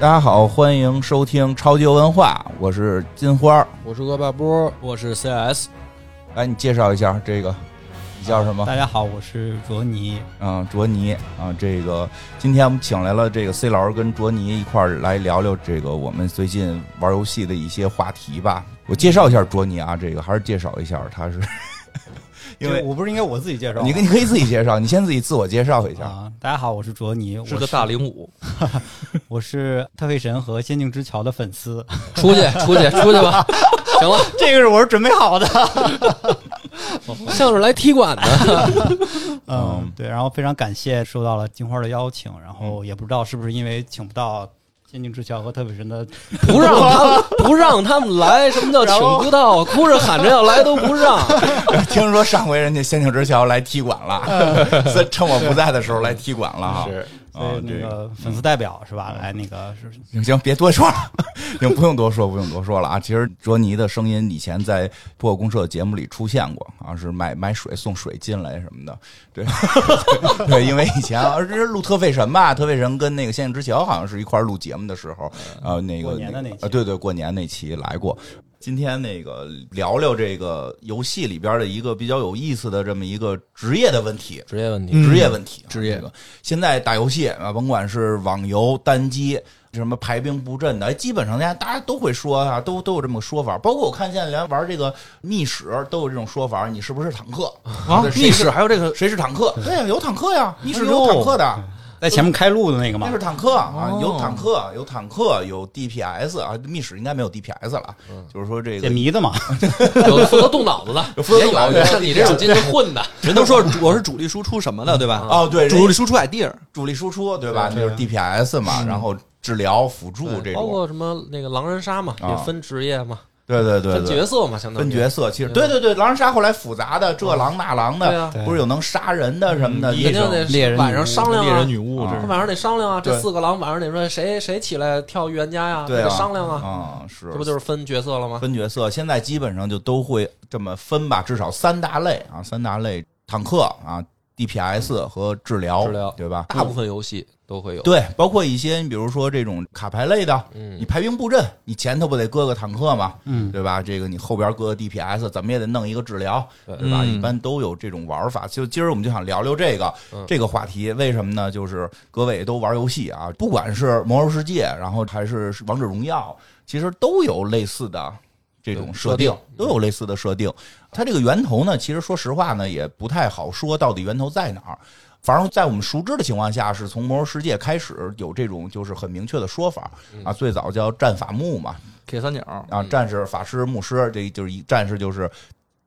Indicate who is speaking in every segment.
Speaker 1: 大家好，欢迎收听超级文化，我是金花儿。
Speaker 2: 我是恶霸波，
Speaker 3: 我是 CS，
Speaker 1: 来，你介绍一下这个，你叫什么？
Speaker 4: 大家好，我是卓尼。
Speaker 1: 嗯，卓尼啊，这个今天我们请来了这个 C 老师跟卓尼一块儿来聊聊这个我们最近玩游戏的一些话题吧。我介绍一下卓尼啊，这个还是介绍一下他是， 因
Speaker 4: 这
Speaker 1: 为
Speaker 4: 我不是应该我自己介绍吗
Speaker 1: 你你可以自己介绍，你先自己自我介绍一下。
Speaker 4: 啊，大家好，我是卓尼，我
Speaker 3: 是个大零五，
Speaker 4: 我是特费神和仙境之桥的粉丝，
Speaker 3: 出去出去出去吧，行了，
Speaker 4: 这个是我是准备好的。
Speaker 3: 像是来踢馆的，
Speaker 4: 嗯，对，然后非常感谢收到了金花的邀请，然后也不知道是不是因为请不到仙境之桥和特费神的，
Speaker 3: 不让他们不让他们来，什么叫请不到？哭着喊着要来都不让，
Speaker 1: 听说上回人家仙境之桥来踢馆了， 趁趁我不在的时候来踢馆了哈。
Speaker 3: 是
Speaker 4: 所以
Speaker 1: 啊，这
Speaker 4: 呃那
Speaker 1: 个。
Speaker 4: 个粉丝代表是吧？来那个是
Speaker 1: 行行，别多说了，行，不用多说，不用多说了啊。其实卓尼的声音以前在播客公社的节目里出现过啊，是买买水送水进来什么的，对 对对，因为以前而是录特费神吧，特费神跟那个仙境之桥好像是一块儿录节目的时候，呃，那个
Speaker 4: 嗯过年的那
Speaker 1: 个
Speaker 4: 期
Speaker 1: 啊，对对，过年那期来过。今天那个聊聊这个游戏里边的一个比较有意思的这么一个职业的问题，
Speaker 3: 职业问题，
Speaker 1: 职业问题啊，
Speaker 3: 嗯职业
Speaker 1: 这个现在打游戏啊，甭管是网游、单机，什么排兵布阵的，哎基本上大家大家都会说啊，都都有这么个说法。包括我看现在连玩这个密室都有这种说法，你是不是坦克啊
Speaker 3: 历史还有这个
Speaker 1: 谁是坦克？对呀，有坦克呀，密室
Speaker 3: 哎呦
Speaker 1: 有坦克的，
Speaker 4: 在前面开路的那个
Speaker 1: 密
Speaker 4: 吗
Speaker 1: 室？坦克啊，
Speaker 3: 哦
Speaker 1: 有坦克，有坦克，有 DPS 啊，密室应该没有 DPS 了，
Speaker 3: 嗯
Speaker 1: 就是说这
Speaker 4: 解
Speaker 1: 个。
Speaker 4: 迷的嘛？
Speaker 3: 有负责动脑子的，
Speaker 1: 有负责
Speaker 3: 也
Speaker 1: 动脑
Speaker 3: 有，
Speaker 1: 子的
Speaker 3: 有像你这种进去混的，
Speaker 5: 人都说我是主力输出什么的，对吧？
Speaker 1: 哦，对，
Speaker 5: 主力输出 idea，
Speaker 1: 主力输出对吧？那就
Speaker 4: 对
Speaker 1: 是 DPS 嘛，
Speaker 3: 嗯
Speaker 1: 然后治疗辅助这
Speaker 3: 包
Speaker 1: 种，
Speaker 3: 括什么那个狼人杀嘛，
Speaker 1: 啊
Speaker 3: 也分职业嘛，
Speaker 1: 对对对
Speaker 3: 分
Speaker 1: 对，
Speaker 3: 角色嘛，相当于
Speaker 1: 分角色，其实对
Speaker 3: 对
Speaker 1: 对对，狼人杀后来复杂的，这狼那狼
Speaker 3: 嗯对
Speaker 1: 的，
Speaker 3: 啊，
Speaker 4: 对
Speaker 1: 不是有能杀人的什么的，
Speaker 3: 你肯定
Speaker 4: 猎人
Speaker 3: 得晚上商量
Speaker 5: 猎
Speaker 3: 啊
Speaker 5: 人。女巫，
Speaker 1: 啊
Speaker 5: 这是
Speaker 3: 晚上得商量啊，这
Speaker 1: 对
Speaker 3: 四个狼晚上得说谁谁起来跳预言家呀，
Speaker 1: 对啊
Speaker 3: 得商量啊，
Speaker 1: 啊，是
Speaker 3: 这不就是分角色了吗？
Speaker 1: 分角色？现在基本上就都会这么分吧，至少三大类啊，三大类，坦克啊，DPS 和治疗，
Speaker 3: 治疗
Speaker 1: 对吧？
Speaker 3: 大部分游戏都会有。
Speaker 1: 嗯对，包括一些你比如说这种卡牌类的，
Speaker 3: 嗯
Speaker 1: 你排兵布阵，你前头不得搁个坦克吗？
Speaker 4: 嗯，
Speaker 1: 对吧？这个你后边搁个 DPS，怎么也得弄一个治疗，
Speaker 3: 对
Speaker 1: 对吧？
Speaker 5: 嗯
Speaker 1: 一般都有这种玩法。就今儿我们就想聊聊这个
Speaker 3: 嗯
Speaker 1: 这个话题，为什么呢？就是各位都玩游戏啊，不管是《魔兽世界》，然后还是《王者荣耀》，其实都有类似的这种
Speaker 3: 对
Speaker 1: 设
Speaker 3: 设
Speaker 1: 定
Speaker 3: 定，
Speaker 1: 都有类似的设定。它这个源头呢，其实说实话呢，也不太好说到底源头在哪儿。反正在我们熟知的情况下，是从《魔兽世界》开始有这种就是很明确的说法啊，最早叫战法墓嘛，
Speaker 5: 铁三角，
Speaker 1: 啊，
Speaker 3: 嗯
Speaker 1: 战士、法师、牧师，这就是一战士就是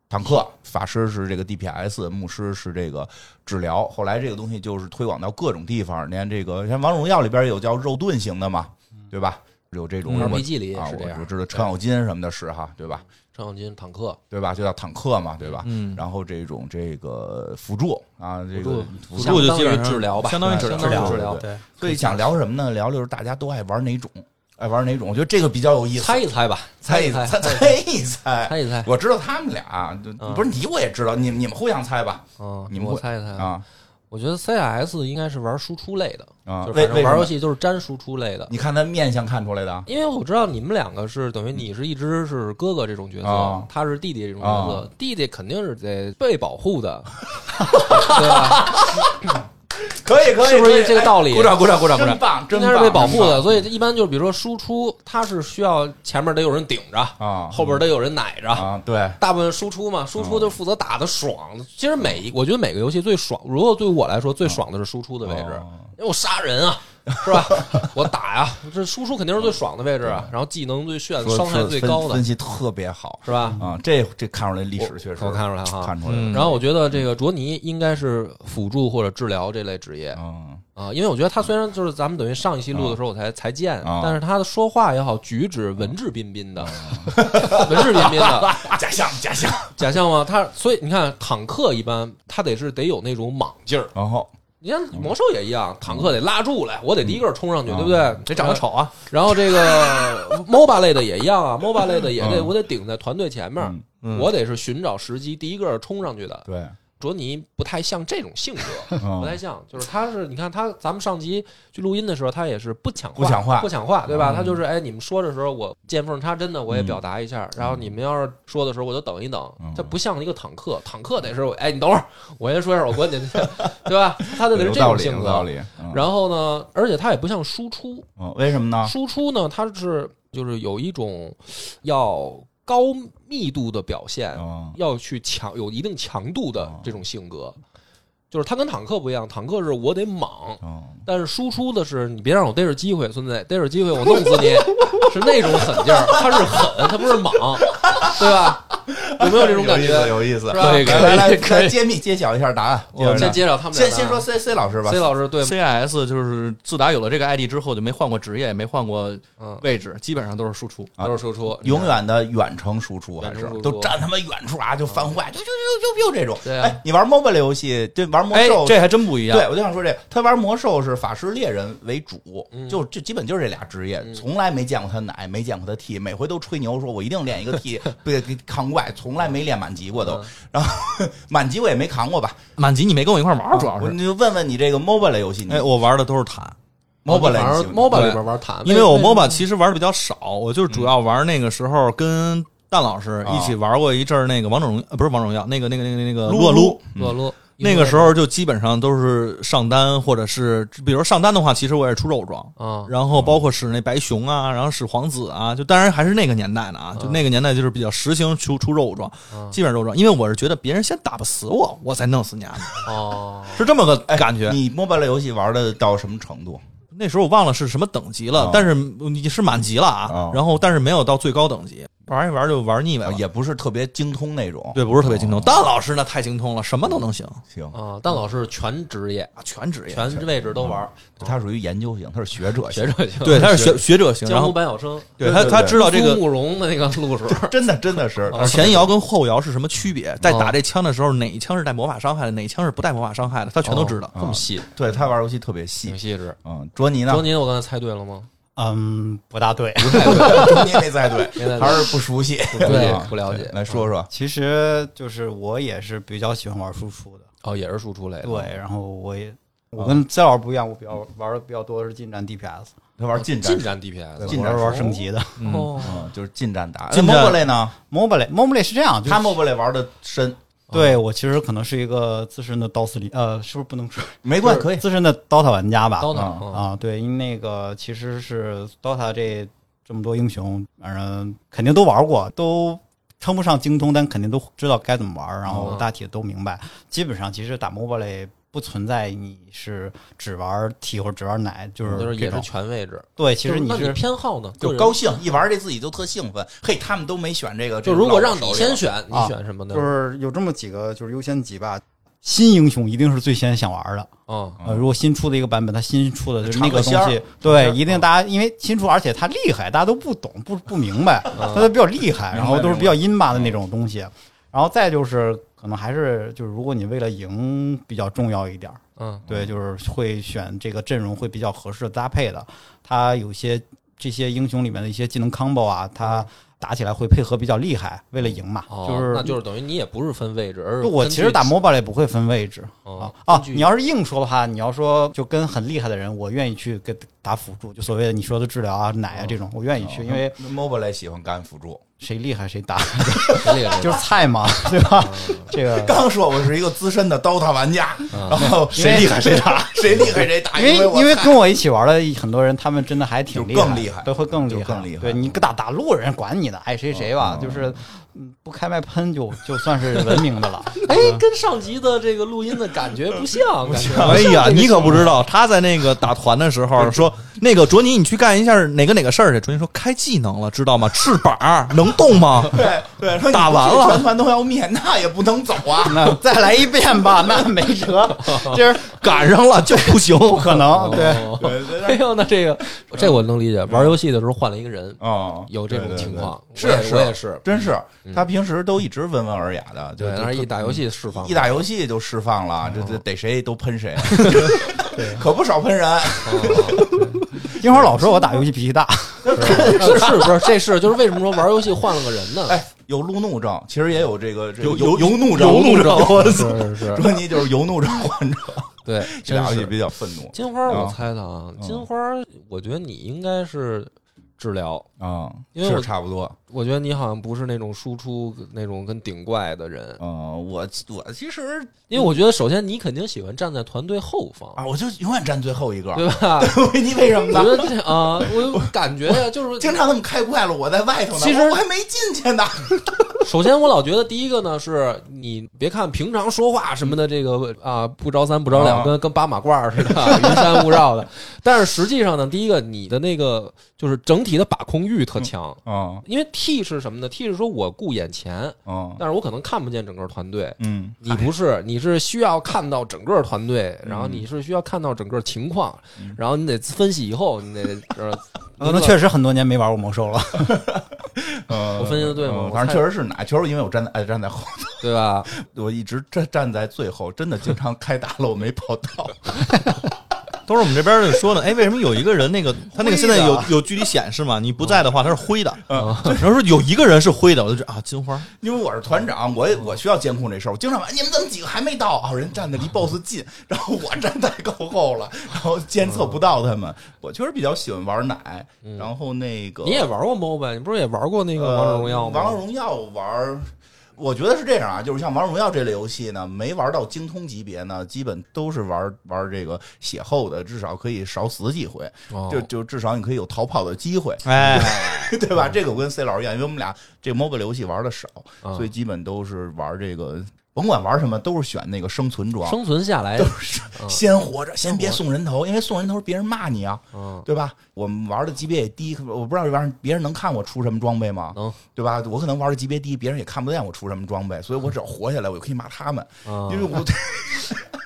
Speaker 1: 坦克，法师是这个 DPS，牧师是这个治疗。后来这个东西就是推广到各种地方，连这个像王者荣耀里边有叫肉盾型的嘛，对吧？有这种
Speaker 3: 嗯
Speaker 1: 什么
Speaker 3: RPG 里也
Speaker 1: 啊
Speaker 3: 是，这样
Speaker 1: 我我知道程咬金什么的是哈，对吧？
Speaker 3: 程咬金、坦克，
Speaker 1: 对吧？就叫坦克嘛，对吧？
Speaker 5: 嗯，
Speaker 1: 然后这种这个辅助啊，这
Speaker 3: 辅
Speaker 1: 个
Speaker 3: 助
Speaker 1: 辅
Speaker 5: 辅
Speaker 1: 助
Speaker 5: 助就基本上
Speaker 3: 相当于治疗吧
Speaker 5: 相当于
Speaker 1: 对
Speaker 5: 治疗，
Speaker 1: 相当于
Speaker 4: 治
Speaker 1: 治疗。
Speaker 4: 对，
Speaker 1: 所以想聊什么呢？聊就是大家都爱玩哪种，爱玩哪种。我觉得这个比较有意思，
Speaker 3: 猜一猜吧，
Speaker 1: 猜
Speaker 3: 一
Speaker 1: 猜
Speaker 3: 猜，
Speaker 1: 猜猜一猜，
Speaker 3: 猜一猜。
Speaker 1: 我知道他们俩，就
Speaker 3: 嗯
Speaker 1: 不是你我也知道，你你们互相猜吧
Speaker 3: 嗯，
Speaker 1: 你们会
Speaker 3: 我猜一猜啊。
Speaker 1: 啊
Speaker 3: 我觉得 CS 应该是玩输出类的，
Speaker 1: 啊！
Speaker 3: 就是
Speaker 1: 为
Speaker 3: 反正
Speaker 1: 为
Speaker 3: 玩游
Speaker 1: 什
Speaker 3: 戏就是沾输出类的
Speaker 1: 么，。你看他面相看出来的啊
Speaker 3: 因为我知道你们两个是等于你是一直是哥哥这种角
Speaker 1: 啊
Speaker 3: 色，他是弟弟这种角色
Speaker 1: 啊，
Speaker 3: 弟弟肯定是得被保护的，对吧？
Speaker 1: 可以可以，
Speaker 3: 是不是
Speaker 1: 可以
Speaker 3: 这个道理
Speaker 1: 哎鼓掌鼓掌鼓掌鼓真掌！
Speaker 3: 棒
Speaker 1: 真
Speaker 3: 应该是
Speaker 1: 棒
Speaker 3: 被保护
Speaker 1: 真
Speaker 3: 的，
Speaker 1: 棒
Speaker 3: 所以一般就比如说输出，它是需要前面得有人顶着，
Speaker 1: 啊
Speaker 3: 后边得有人奶着，
Speaker 1: 啊对
Speaker 3: 大部分输出嘛，输出
Speaker 1: 嗯
Speaker 3: 就负责打的爽。其实每一，我觉得每个游戏最爽，如果对我来说最爽的是输出的位置，
Speaker 1: 哦
Speaker 3: 因为我杀人啊，是吧？ 我打呀、这输出肯定是最爽的位置啊，然后技能最炫，
Speaker 1: 说
Speaker 3: 伤害
Speaker 1: 说
Speaker 3: 最
Speaker 1: 分
Speaker 3: 高的
Speaker 1: 分，析特别好
Speaker 3: 是吧？
Speaker 1: 啊，这这看出来历史确实
Speaker 3: 我看出来哈
Speaker 1: 看出来了
Speaker 5: 嗯
Speaker 3: 然后我觉得这个卓尼应该是辅助或者治疗这类职业
Speaker 1: 嗯
Speaker 3: 啊，因为我觉得他虽然就是咱们等于上一期录的时候我才才见
Speaker 1: 啊，
Speaker 3: 但是他的说话也好，举止文质彬彬的， 文质彬彬的，
Speaker 1: 假象假象，
Speaker 3: 假象嘛，他所以你看，坦克一般他得是得有那种莽劲儿。
Speaker 1: 然后
Speaker 3: 你看魔兽也一样，坦克得拉住来，我得第一个冲上去，
Speaker 1: 嗯
Speaker 3: 对不对？
Speaker 5: 谁长得丑啊？
Speaker 3: 然后这个 MOBA 类的也一样啊，MOBA 类的也得
Speaker 1: 嗯
Speaker 3: 我得顶在团队前面，
Speaker 1: 嗯
Speaker 3: 我得是寻找时机，第一个冲上去的。
Speaker 1: 对
Speaker 3: 卓尼不太像这种性格，不
Speaker 1: 嗯
Speaker 3: 太像，就是他是你看他，咱们上集去录音的时候，他也是不抢话，
Speaker 1: 不抢话
Speaker 3: 不抢话，对吧？
Speaker 1: 嗯
Speaker 3: 他就是哎，你们说的时候我见缝插针的我也表达一下，然后你们要是说的时候我就等一等
Speaker 1: 嗯，
Speaker 3: 他不像一个坦克，坦克得是我哎你等会儿我先说一下我观点， 对吧？他就得是
Speaker 1: 有
Speaker 3: 这
Speaker 1: 道
Speaker 3: 种
Speaker 1: 理，
Speaker 3: 性
Speaker 1: 有道
Speaker 3: 格。
Speaker 1: 理。嗯
Speaker 3: 然后呢，而且他也不像输出，
Speaker 1: 嗯，为什么呢？
Speaker 3: 输出呢，它是就是有一种要高密度的表现，
Speaker 1: 嗯
Speaker 3: 要去强有一定强度的
Speaker 1: 哦
Speaker 3: 这种性格，就是他跟坦克不一样，坦克是我得莽。
Speaker 1: 嗯，
Speaker 3: 但是输出的是你别让我逮着机会，孙子，逮着机会我弄死 你，是那种狠劲儿，他是狠，他不是莽，对吧？ 有没有这种感
Speaker 1: 有意思
Speaker 3: 觉？
Speaker 1: 有意思。
Speaker 3: 是吧可以
Speaker 1: 来来来
Speaker 3: 可以可以
Speaker 1: 来揭秘揭晓一下答案。
Speaker 3: 我们先介绍他们俩
Speaker 1: 先
Speaker 3: 呢
Speaker 1: 先说 C C 老师吧
Speaker 3: C。老师对，
Speaker 5: CS 就是自打有了这个 ID 之后，就没换过职业，也没换过
Speaker 3: 嗯，
Speaker 5: 位置，基本上都是输出。
Speaker 1: 啊
Speaker 3: 都是输出，
Speaker 1: 永远的远程输出还
Speaker 3: 远程
Speaker 1: 是
Speaker 3: 输出嗯
Speaker 1: 都站他妈远处啊，就翻坏，就就就就就这种。
Speaker 3: 对啊
Speaker 1: 哎，你玩 MOBA 类游戏，对玩魔
Speaker 5: 哎
Speaker 1: 兽，，
Speaker 5: 这还真不一样。
Speaker 1: 对我就想说这个，他玩魔兽是法师猎人为主，
Speaker 3: 嗯
Speaker 1: 就就基本就是这俩职业，
Speaker 3: 嗯
Speaker 1: 从来没见过他奶，没见过他 T，每回都吹牛说我一定练一个 T，对抗怪，从来没练满级过都
Speaker 3: 嗯，
Speaker 1: 然后满级我也没扛过吧，
Speaker 5: 满级你没跟啊我一块玩，主要
Speaker 1: 我
Speaker 5: 是。
Speaker 1: 就问问你这个 MOBA 类游戏，你
Speaker 5: 哎，我玩的都是坦，
Speaker 1: MOBA 类
Speaker 3: 反
Speaker 1: 游
Speaker 3: 而
Speaker 1: 戏
Speaker 3: MOBA 里边玩坦，
Speaker 5: 因为我 MOBA
Speaker 3: 什
Speaker 5: 其实玩的比较少，我就是主要玩那个时候跟蛋老师一起玩过一阵儿那个王者荣耀，呃不是王者荣耀，那个那个那个那个
Speaker 1: 撸
Speaker 5: 撸啊啊撸
Speaker 1: 撸。
Speaker 3: 么裸露
Speaker 5: 那个时候就基本上都是上单，或者是比如上单的话，其实我也是出肉装，
Speaker 3: 啊，
Speaker 5: 然后包括使那白熊啊，然后使皇子啊，就当然还是那个年代的啊，就那个年代就是比较实行出出肉装，
Speaker 3: 嗯
Speaker 5: 基本肉装，因为我是觉得别人先打不死我，我才弄死你啊，
Speaker 3: 哦，
Speaker 5: 是这么个感觉。
Speaker 1: 你 MOBA 类游戏玩的到什么程度？
Speaker 5: 那时候我忘了是什么等级了，
Speaker 1: 哦
Speaker 5: 但是你是满级了啊，
Speaker 1: 哦
Speaker 5: 然后但是没有到最高等级，玩一玩就玩腻歪了，
Speaker 1: 也不是特别精通那种。
Speaker 5: 对，不是特别精通。
Speaker 1: 哦
Speaker 5: 但老师那太精通了，什么都能行
Speaker 1: 行，
Speaker 3: 啊，但老师是全职业，
Speaker 5: 啊，全职业。
Speaker 3: 全位置都玩，
Speaker 1: 他属于研究型，他是嗯学者型
Speaker 3: 学，者型，
Speaker 5: 对，他是学学者型，然
Speaker 3: 江湖
Speaker 5: 后
Speaker 3: 百晓生，
Speaker 5: 对
Speaker 1: 对
Speaker 5: 他
Speaker 1: 对
Speaker 5: 他
Speaker 1: 对
Speaker 5: 知道这个
Speaker 3: 苏慕容的那个路数，
Speaker 1: 真的真的是。
Speaker 5: 哦前摇跟哦后摇是什么区别？在打这枪的时候，哪一枪是带魔法伤害的，哪一枪是不带魔法伤害的，他全都知道。
Speaker 3: 这么细，
Speaker 1: 对他玩游戏特别细
Speaker 3: 挺，细致。
Speaker 1: 嗯，卓尼呢
Speaker 3: 卓？尼，我刚才猜对了吗？
Speaker 4: 嗯，不大对。
Speaker 1: 不太对，中间没猜对，
Speaker 3: 没猜对
Speaker 1: 还是不熟 悉，
Speaker 3: 对
Speaker 1: 啊
Speaker 3: 不了解
Speaker 1: 来说说，
Speaker 4: 其实就是我也是比较喜欢玩输出的，
Speaker 3: 哦，也是输出类的，
Speaker 4: 对，然后我也我跟 C 老师不一样，我比较玩的比较多的是近战 DPS，
Speaker 1: 他玩近战
Speaker 3: 哦近，战 DPS，
Speaker 1: 对
Speaker 4: 我
Speaker 1: 战
Speaker 4: 是玩
Speaker 1: 手
Speaker 4: 升级的。
Speaker 3: 哦，
Speaker 1: 嗯，就是近战打。
Speaker 5: 近
Speaker 1: m
Speaker 5: 战
Speaker 1: o b 类呢？
Speaker 4: MOBA 类 MOBA 类是这样，就是
Speaker 1: 他 MOBA 类玩的深，
Speaker 4: 对我其实可能是一个资深的 DOS 里，呃，是不是不能说
Speaker 1: 没关系，可以。
Speaker 4: 资深的 DOTA 玩家吧？
Speaker 3: 刀呢？
Speaker 1: 啊
Speaker 3: 嗯
Speaker 4: 啊，对，因为那个其实是 DOTA 这这么多英雄，反正肯定都玩过，都称不上精通，但肯定都知道该怎么玩，然后
Speaker 3: 嗯
Speaker 4: 大体都明白。基本上其实打 MOBA 类不存在你是只玩 T 或者只玩奶，嗯就是
Speaker 3: 就是也
Speaker 4: 这
Speaker 3: 是
Speaker 4: 种
Speaker 3: 全位置。
Speaker 4: 对，其实
Speaker 3: 就是
Speaker 4: 你
Speaker 3: 那
Speaker 4: 是
Speaker 3: 你偏好呢？个
Speaker 1: 就
Speaker 3: 人
Speaker 1: 高。兴，一玩这自己就特兴奋。嘿，他们都没选这个，
Speaker 3: 就
Speaker 1: 这
Speaker 3: 如
Speaker 1: 落
Speaker 3: 果让
Speaker 1: 我
Speaker 3: 你
Speaker 1: 手里
Speaker 3: 先
Speaker 1: 了，
Speaker 3: 选，你
Speaker 4: 啊
Speaker 3: 选什么呢？
Speaker 4: 就是有这么几个就是优先级吧。新英雄一定是最先想玩的，
Speaker 3: 嗯，
Speaker 1: 嗯
Speaker 4: 呃，如果新出的一个版本，它新出的就是那个
Speaker 1: 尝个
Speaker 4: 东
Speaker 1: 鲜
Speaker 4: 西
Speaker 1: 儿，
Speaker 4: 对，
Speaker 1: 嗯
Speaker 4: 一定大家因为新出，而且它厉害，大家都不懂，不不明白，它都比较厉害，然后都是比较阴巴的那种东西。然后再就是，可能还是就是，如果你为了赢比较重要一点儿，
Speaker 3: 嗯，
Speaker 4: 对，就是会选这个阵容会比较合适的搭配的。它有些这些英雄里面的一些技能 combo 啊，它打起来会配合比较厉害，为了赢嘛，
Speaker 3: 嗯哦，
Speaker 4: 就是
Speaker 3: 那就是等于你也不是分位置，而是
Speaker 4: 我
Speaker 3: 根
Speaker 4: 其
Speaker 3: 据
Speaker 4: 实打 MOBA 类不会分位置啊
Speaker 3: 哦
Speaker 4: 啊
Speaker 3: 根！据
Speaker 4: 你要是硬说的话，你要说就跟很厉害的人，我愿意去给打辅助，就所谓的你说的治疗啊、
Speaker 3: 哦
Speaker 4: 奶啊这种，我愿意去，因为
Speaker 1: MOBA 类喜欢干辅助。
Speaker 4: 谁厉害谁打，
Speaker 3: 这个
Speaker 4: 就是菜嘛，对吧？
Speaker 3: 哦
Speaker 4: 这个，
Speaker 1: 刚说我是一个资深的 DOTA 玩家，
Speaker 3: 嗯
Speaker 1: 然后
Speaker 4: 因为
Speaker 1: 谁厉害谁打，谁厉害谁打，
Speaker 4: 因为
Speaker 1: 我
Speaker 4: 因为跟我一起玩的很多人，他们真的还挺
Speaker 1: 就
Speaker 4: 厉害，
Speaker 1: 更厉害
Speaker 4: 对，会更
Speaker 1: 就
Speaker 4: 厉害，
Speaker 1: 更厉害
Speaker 4: 对你打打路人管你呢，爱谁谁吧，
Speaker 1: 嗯
Speaker 4: 就是嗯不开麦喷就就算是文明的了。
Speaker 3: 哎，跟上集的这个录音的感觉不像，感觉
Speaker 5: 哎 呀，你可不知道，他在那个打团的时候说，那个卓尼，你去干一下哪个哪个事儿去。卓尼说开技能了，知道吗？翅膀能动吗？
Speaker 1: 对对，说你
Speaker 5: 打完
Speaker 1: 不去
Speaker 5: 了
Speaker 1: 全团都要灭， 那也不能走啊。
Speaker 4: 那再来一遍 吧，那没辙，这是
Speaker 5: 赶上了就不行。
Speaker 4: 不可能， 对。
Speaker 3: 哦
Speaker 1: 对对
Speaker 3: 哎呦，那这个这我能理解，玩游戏的时候换了一个人，
Speaker 1: 嗯哦，
Speaker 3: 有这
Speaker 1: 对
Speaker 3: 种情。况，
Speaker 1: 对
Speaker 3: 我也
Speaker 1: 对是
Speaker 3: 我也是，
Speaker 1: 真是
Speaker 3: 嗯，
Speaker 1: 他平时都一直温文尔雅的，就
Speaker 3: 对，但是一打游戏释放
Speaker 1: 一打游戏就释放 了，这这逮谁都喷谁，可不少喷人。
Speaker 3: 哦
Speaker 4: 金花老说我打游戏脾气大，
Speaker 3: 是是不是？这是就是为什么说玩游戏换了个人呢？
Speaker 1: 哎，有路怒症，其实也有这个这个
Speaker 5: 有
Speaker 1: 游
Speaker 5: 有
Speaker 1: 游怒症，
Speaker 5: 有怒症，我操！
Speaker 3: 是是是，
Speaker 1: 说你就是游怒症患者，
Speaker 3: 对，
Speaker 1: 这俩游
Speaker 3: 真
Speaker 1: 戏
Speaker 3: 是。
Speaker 1: 比较愤怒
Speaker 3: 金花，我
Speaker 1: 啊
Speaker 3: 猜的啊，
Speaker 1: 嗯
Speaker 3: 金花，我觉得你应该是治疗，
Speaker 1: 啊，
Speaker 3: 因为我
Speaker 1: 是差不多。
Speaker 3: 我觉得你好像不是那种输出那种跟顶怪的人，
Speaker 1: 嗯，我我其实
Speaker 3: 因为我觉得首先你肯定喜欢站在团队后方，
Speaker 1: 啊，我就永远站最后一个，
Speaker 3: 对吧？
Speaker 1: 你为什么
Speaker 3: 我
Speaker 1: 呢
Speaker 3: 觉？得这啊，我有感觉呀，就是
Speaker 1: 经常他们开快了，我在外头呢，
Speaker 3: 其实
Speaker 1: 我我还没进去呢。
Speaker 3: 首先，我老觉得第一个呢，是你别看平常说话什么的，这个啊不着三不着两，
Speaker 1: 啊
Speaker 3: 跟跟 八马褂似的， 啊云山雾绕的。但是实际上呢，第一个你的那个就是整体的把控欲特强，
Speaker 1: 啊
Speaker 3: 因为 T 是什么呢？T 是说我顾眼前，
Speaker 1: 啊
Speaker 3: 但是我可能看不见整个团队。
Speaker 1: 嗯
Speaker 3: 你不是，你是需要看到整个团队，然后你是需要看到整个情况，
Speaker 1: 嗯
Speaker 3: 然后你得分析以后，你得 呃，
Speaker 4: 可能确实很多年没玩过魔兽了。
Speaker 1: 呃
Speaker 3: 我分析得对吗
Speaker 1: 呃
Speaker 3: 我
Speaker 1: 反正
Speaker 3: 猜
Speaker 1: 确实是哪，确实因为我站在哎站在后，
Speaker 3: 对吧？
Speaker 1: 我一直站站在最后，真的经常开打了，我没跑到。
Speaker 5: 都是我们这边儿就说呢，哎，为什么有一个人那个他那个现在有有距离显示嘛？你不在的话，他是灰的。 然后说有一个人是灰的，我就觉得啊，金花
Speaker 1: 因为我是团长，我也我需要监控这事儿。我经常问哎你们怎么几个还没到啊？人站的 离 BOSS 近，然后我站太靠后了，然后监测不到他们。我确实比较喜欢玩奶，
Speaker 3: 嗯
Speaker 1: 然后那个
Speaker 3: 你也玩过 MOBA，你不是也玩过那个王者荣耀
Speaker 1: 哦
Speaker 3: 吗？
Speaker 1: 呃王者荣耀玩儿，我觉得是这样啊，就是像王者荣耀这类游戏呢，没玩到精通级别呢，基本都是玩玩这个血厚的，至少可以少死几回，
Speaker 3: 哦
Speaker 1: 就就至少你可以有逃跑的机 会，
Speaker 5: 哎，
Speaker 1: 对吧？这个我跟 C 老师一样，因为我们俩这 MOBA 游戏玩的少，
Speaker 3: 啊
Speaker 1: 所以基本都是玩这个，甭管玩什么，都是选那个生存装。
Speaker 3: 生哎嗯存下来
Speaker 1: 都，是先活着，先别送人头，因为送人头别人骂你啊，
Speaker 3: 嗯，
Speaker 1: 对吧？我们玩的级别也低，我不知道这玩意儿别人能看我出什么装备吗？
Speaker 3: 能，
Speaker 1: 对吧？我可能玩的级别低，别人也看不见我出什么装备，所以我只要活下来，我就可以骂他们，
Speaker 3: 嗯
Speaker 1: 因为 我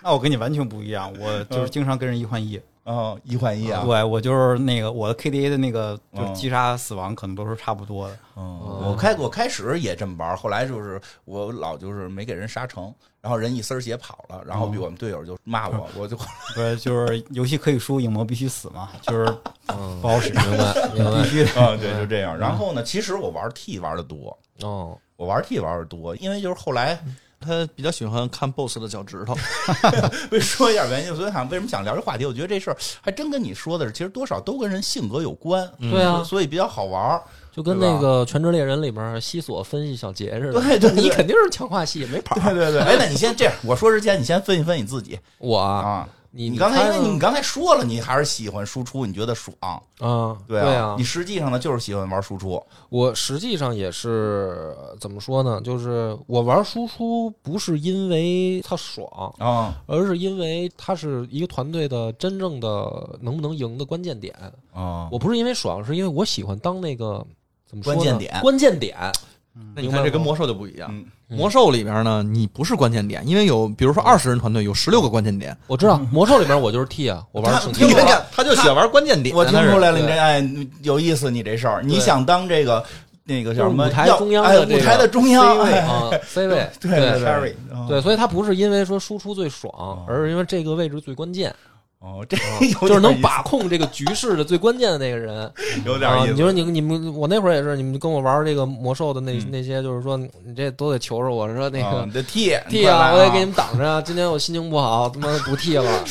Speaker 4: 那我跟你完全不一样，我就是经常跟人一换一。
Speaker 1: 啊一换一啊，
Speaker 4: 对，我就是那个我的 KDA 的那个就是
Speaker 1: 嗯
Speaker 4: 击杀死亡可能都是差不多的。
Speaker 1: 嗯，我开我开始也这么玩，后来就是我老就是没给人杀成，然后人一丝儿血跑了，然后比我们队友就骂 我，我就
Speaker 4: 不是，就是游戏可以输，影魔必须死嘛，就是
Speaker 3: 嗯
Speaker 4: 不好使，
Speaker 3: 明 白明
Speaker 4: 必
Speaker 3: 白，
Speaker 4: 须的。
Speaker 1: 啊对就这样。然后呢，其实我玩 T 玩的多，
Speaker 3: 哦，
Speaker 1: 我玩 T 玩的多，因为就是后来
Speaker 5: 他比较喜欢看 BOSS 的脚趾头。
Speaker 1: 为说一下原因，所以想为什么想聊这话题？我觉得这事儿还真跟你说的是，其实多少都跟人性格有关，
Speaker 3: 对啊，
Speaker 1: 所以比较好玩儿。
Speaker 3: 就跟那个《全职猎人》里边西索分析小杰似的，
Speaker 1: 对对对
Speaker 3: 你肯定是强化系没跑，
Speaker 1: 对对对，哎，那你先这样，我说之前你先分析分析自己
Speaker 3: 我啊，
Speaker 1: 啊。
Speaker 3: 你
Speaker 1: 你刚才因
Speaker 3: 猜
Speaker 1: 为
Speaker 3: 呢
Speaker 1: 你刚才说了，你还是喜欢输出，你觉得爽，
Speaker 3: 啊，对
Speaker 1: 啊，
Speaker 3: 啊
Speaker 1: 你，实际上呢就是喜欢玩输出，
Speaker 3: 我实际上也是呃怎么说呢？就是我玩输出不是因为它爽。
Speaker 1: 啊
Speaker 3: 而是因为它是一个团队的真正的能不能赢的关键点。
Speaker 1: 啊，
Speaker 3: 我不是因为爽，是因为我喜欢当那个怎么说呢？
Speaker 1: 关键点
Speaker 3: 关键点。
Speaker 5: 那
Speaker 3: 明
Speaker 5: 你
Speaker 3: 白
Speaker 5: 看这
Speaker 3: 吗
Speaker 5: 跟魔兽就不一样
Speaker 1: 嗯，
Speaker 5: 魔兽里边呢，你不是关键点，因为有比如说二十人团队有十六个关键点，
Speaker 3: 我知道魔兽里边我就是 T 啊，我玩圣
Speaker 1: 听
Speaker 3: 骑
Speaker 1: 我
Speaker 5: 你看看他就喜欢玩关键点，
Speaker 1: 我听
Speaker 5: 他是
Speaker 1: 出来了，
Speaker 3: 对
Speaker 1: 你这哎有意思，你这事儿，你想当这个那个叫什么
Speaker 3: 舞台
Speaker 1: 要
Speaker 3: 中央
Speaker 1: 哎
Speaker 3: 的这
Speaker 1: 舞台
Speaker 3: 个
Speaker 1: 的中央
Speaker 3: C 位
Speaker 1: 哎
Speaker 3: 啊，C 位，
Speaker 1: 对
Speaker 3: 对
Speaker 1: 对哦
Speaker 4: Sherry
Speaker 1: 嗯
Speaker 3: 对，所以它不是因为说输出最爽，而是因为这个位置最关键，
Speaker 1: 哦，这
Speaker 3: 就
Speaker 1: 有
Speaker 3: 是能
Speaker 1: 点意思
Speaker 3: 把控这个局势的最关键的那个人。
Speaker 1: 有
Speaker 3: 啊，
Speaker 1: 点意
Speaker 3: 你
Speaker 1: 思，
Speaker 3: 就是你你们，我那会儿也是，你们跟我玩这个魔兽的那
Speaker 1: 嗯
Speaker 3: 那些，就是说你这都得求着我说那
Speaker 1: 啊
Speaker 3: 个
Speaker 1: 你的 T
Speaker 3: T 啊，我得给你们挡着啊！今天我心情不好，他妈不 T 了，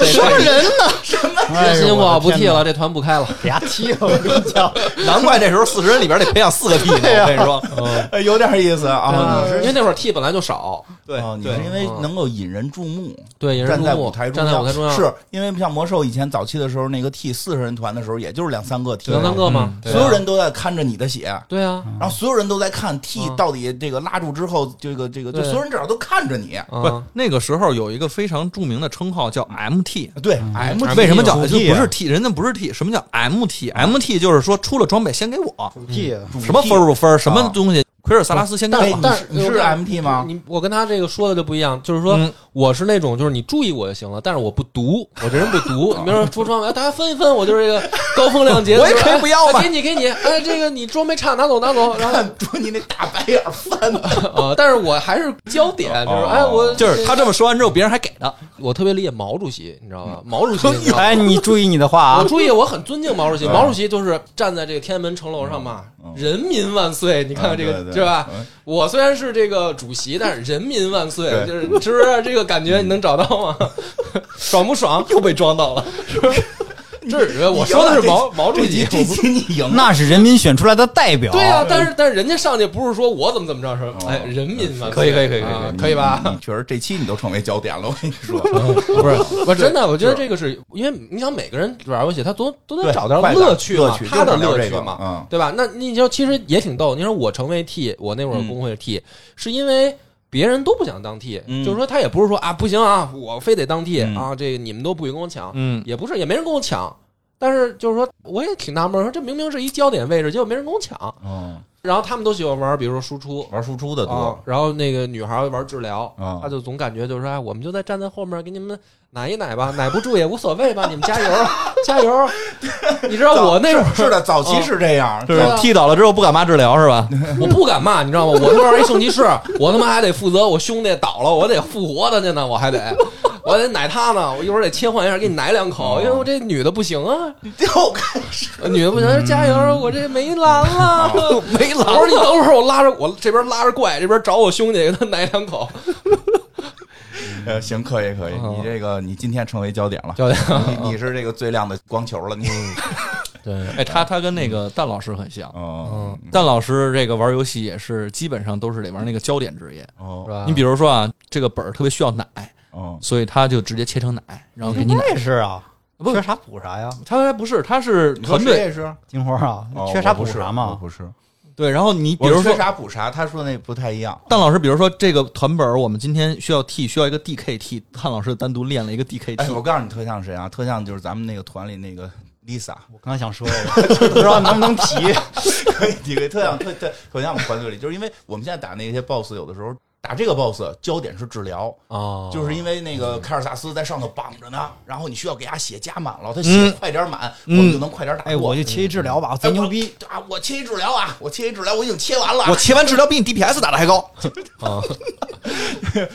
Speaker 3: 什
Speaker 5: 什么人呢？
Speaker 4: 哎呦
Speaker 3: 心情不好不
Speaker 4: 我的
Speaker 3: T
Speaker 4: 天哪
Speaker 3: 了，这团不开了。
Speaker 4: 俩踢了，我跟你讲，
Speaker 5: 难怪这时候四十人里边得培养四个 P 呢，我跟你说，
Speaker 1: 哎有点意思啊，
Speaker 3: 啊
Speaker 1: 你是
Speaker 3: 因为那会儿 T 本来就少，
Speaker 5: 对
Speaker 1: 哦，你
Speaker 5: 对
Speaker 1: 是因为能够引人注目，
Speaker 3: 对，嗯引人
Speaker 1: 站
Speaker 3: 注
Speaker 1: 在
Speaker 3: 目
Speaker 1: 舞台中
Speaker 3: 站在舞台中央
Speaker 1: 是因为像魔兽以前早期的时候，那个 T 四十人团的时候，也就是两三个 T，
Speaker 3: 两三个嘛，对啊
Speaker 1: 所有人都在看着你的血，
Speaker 3: 对啊，
Speaker 1: 然后所有人都在看 T
Speaker 3: 嗯
Speaker 1: 到底这个拉住之后，这个这个，就
Speaker 3: 对
Speaker 1: 所有人至少都看着你。
Speaker 5: 不
Speaker 3: 啊，，
Speaker 5: 那个时候有一个非常著名的称号叫 MT。
Speaker 1: 对，M 嗯
Speaker 3: 嗯
Speaker 5: 为什么叫
Speaker 4: 有
Speaker 5: 就
Speaker 4: T
Speaker 5: 不
Speaker 4: 啊
Speaker 5: 是 T？人家不是 T，什么叫
Speaker 1: 嗯
Speaker 5: MT？MT 就是说出了装备先给我，
Speaker 4: 踢。
Speaker 5: 什么分入分，什么
Speaker 1: 啊嗯
Speaker 5: 东西，奎尔萨拉斯先给
Speaker 3: 但
Speaker 5: 我。
Speaker 3: 但
Speaker 1: 你是
Speaker 3: 我跟
Speaker 1: MT 吗
Speaker 3: 你我跟他这个说的就不一样，就是说
Speaker 5: 嗯
Speaker 3: 我是那种就是你注意我就行了，但是我不读，我这人不 读。你比如说橱窗，哎，大家分一分，我就是这个高风亮节的时
Speaker 1: 我
Speaker 3: 候，
Speaker 1: 也可以
Speaker 3: 哎
Speaker 1: 不要嘛
Speaker 3: 哎给你给你，哎，这个你装备差，拿走拿走。然后
Speaker 1: 看朱你那大白眼翻的，
Speaker 3: 呃，但是我还是焦点，就是
Speaker 1: 哦
Speaker 3: 哎，我
Speaker 5: 就是他这么说完之后，别人还给
Speaker 1: 啊
Speaker 5: 他，
Speaker 3: 我特别理解毛主席，你知道 吧？毛主席，你知道吗
Speaker 4: 哎，你注意你的话 啊
Speaker 3: 我！注意，我很尊敬毛主席。毛主席就是站在这个天安门城楼上嘛，人民万岁！你看 看
Speaker 1: 嗯
Speaker 3: 这个
Speaker 1: 对对
Speaker 3: 是吧
Speaker 1: 嗯？
Speaker 3: 我虽然是这个主席，但是人民万岁，
Speaker 1: 对
Speaker 3: 就是是不是这个感觉？你能找到 吗？爽不爽？又被装到了，是不是？这是我说的是毛毛主席，
Speaker 1: 这啊期你赢了，
Speaker 4: 那是人民选出来的代表，
Speaker 3: 对呀。但是但是人家上去不是说我怎么怎么着，
Speaker 1: 哦
Speaker 3: 是哎，人民万岁，
Speaker 5: 可以可以可以可以
Speaker 3: 啊可以吧？
Speaker 1: 你确实这期你都成为焦点了，我跟你说，
Speaker 3: 不是，我真的，我觉得这个是因为你想每个人玩游戏，他都都得
Speaker 1: 对
Speaker 3: 找到
Speaker 1: 快感
Speaker 3: 乐趣嘛
Speaker 1: 乐，趣
Speaker 3: 他的
Speaker 1: 就是聊
Speaker 3: 乐
Speaker 1: 这
Speaker 3: 趣
Speaker 1: 个
Speaker 3: 嘛，
Speaker 1: 嗯
Speaker 3: 对吧？那你就其实也挺逗。你说我成为 T，我那会
Speaker 1: 嗯
Speaker 3: 儿工会是 T，、是因为。别人都不想当 T，、
Speaker 5: 嗯
Speaker 3: 就是说他也不是说啊不行啊，我非得当 T、
Speaker 1: 嗯
Speaker 3: 啊，这个你们都不许跟我抢，
Speaker 5: 嗯，
Speaker 3: 也不是也没人跟我抢，但是就是说我也挺纳闷，说这明明是一焦点位置，结果没人跟我抢，
Speaker 1: 嗯，
Speaker 3: 然后他们都喜欢玩，比如说输出，
Speaker 1: 玩输出的
Speaker 3: 啊
Speaker 1: 多，，
Speaker 3: 然后那个女孩儿玩治疗，
Speaker 1: 啊
Speaker 3: 她就总感觉就是哎，我们就在站在后面给你们奶一奶吧，奶不住也无所谓吧，你们 加油加油！你知道啊我那会儿哦
Speaker 1: 是的，早期是这样，
Speaker 5: 就是
Speaker 3: 对啊
Speaker 5: 踢倒了之后不敢骂治疗是吧？
Speaker 1: 嗯
Speaker 3: 我不敢骂，你知道吗？我他妈玩一圣骑士，我他妈还得负责我兄弟倒了，我得复活他去呢，我还得我还得奶他呢，我一会儿得切换一下给你奶两
Speaker 1: 哦
Speaker 3: 口，因为我这女的不行啊，
Speaker 1: 又开始
Speaker 3: 女的不行，加油，我这没蓝了。
Speaker 1: 哦
Speaker 5: 没
Speaker 3: 我说你等会儿，我拉着我这边拉着怪，这边找我兄弟给他奶两口，
Speaker 1: 呃，行，可以可以，
Speaker 3: 嗯
Speaker 1: 你这个你今天成为焦点 了，
Speaker 3: 教练。
Speaker 1: 你你是这个最亮的光球了，你，
Speaker 3: 对，
Speaker 5: 哎，他他跟那个蛋老师很
Speaker 3: 嗯
Speaker 5: 像，
Speaker 1: 哦
Speaker 5: 蛋老师这个玩游戏也是基本上都是得玩那个焦点职业。
Speaker 3: 是
Speaker 1: 哦
Speaker 3: 吧？
Speaker 5: 你比如说啊，这个本儿特别需要奶，
Speaker 1: 哦，
Speaker 5: 所以他就直接切成奶，然后给你奶。
Speaker 4: 我也是啊，
Speaker 5: 不
Speaker 4: 缺啥补啥呀，
Speaker 5: 他还不是，他是
Speaker 1: 你和
Speaker 5: 团
Speaker 1: 谁
Speaker 5: 队
Speaker 1: 也是，
Speaker 4: 金花啊
Speaker 1: 哦，
Speaker 4: 缺啥
Speaker 1: 我
Speaker 4: 补
Speaker 1: 不是
Speaker 4: 啥
Speaker 1: 我
Speaker 4: 嘛。
Speaker 1: 不是，
Speaker 5: 对。然后你比
Speaker 1: 我
Speaker 5: 如说
Speaker 1: 缺，啥补啥，他说那不太一样，
Speaker 5: 蛋老师，比如说这个团本儿，我们今天需要 T，需要一个 DKT，蛋老师单独练了一个
Speaker 1: 哎，我
Speaker 5: DKT。
Speaker 1: 告诉你，特像谁啊？特像就是咱们那个团里那个 Lisa，
Speaker 4: 我刚才想说，不知道能不能提。
Speaker 1: 可以，你可以特像特特特像我们团队里，就是因为我们现在打那些 BOSS，有的时候打这个 BOSS 焦点是治疗，
Speaker 3: 哦，
Speaker 1: 就是因为那个凯尔萨斯在上头绑着呢，然后你需要给他血加满了，他血快点满，我们就能快点打
Speaker 4: 哎，
Speaker 1: 过。
Speaker 4: 我就切一治疗吧，我
Speaker 1: 哎
Speaker 4: 贼牛逼。！
Speaker 1: 我啊！我切一治疗啊！我切一治疗，我已经切完了。
Speaker 5: 我切完治疗比你 DPS 打的还高，
Speaker 1: 哦
Speaker 3: 啊，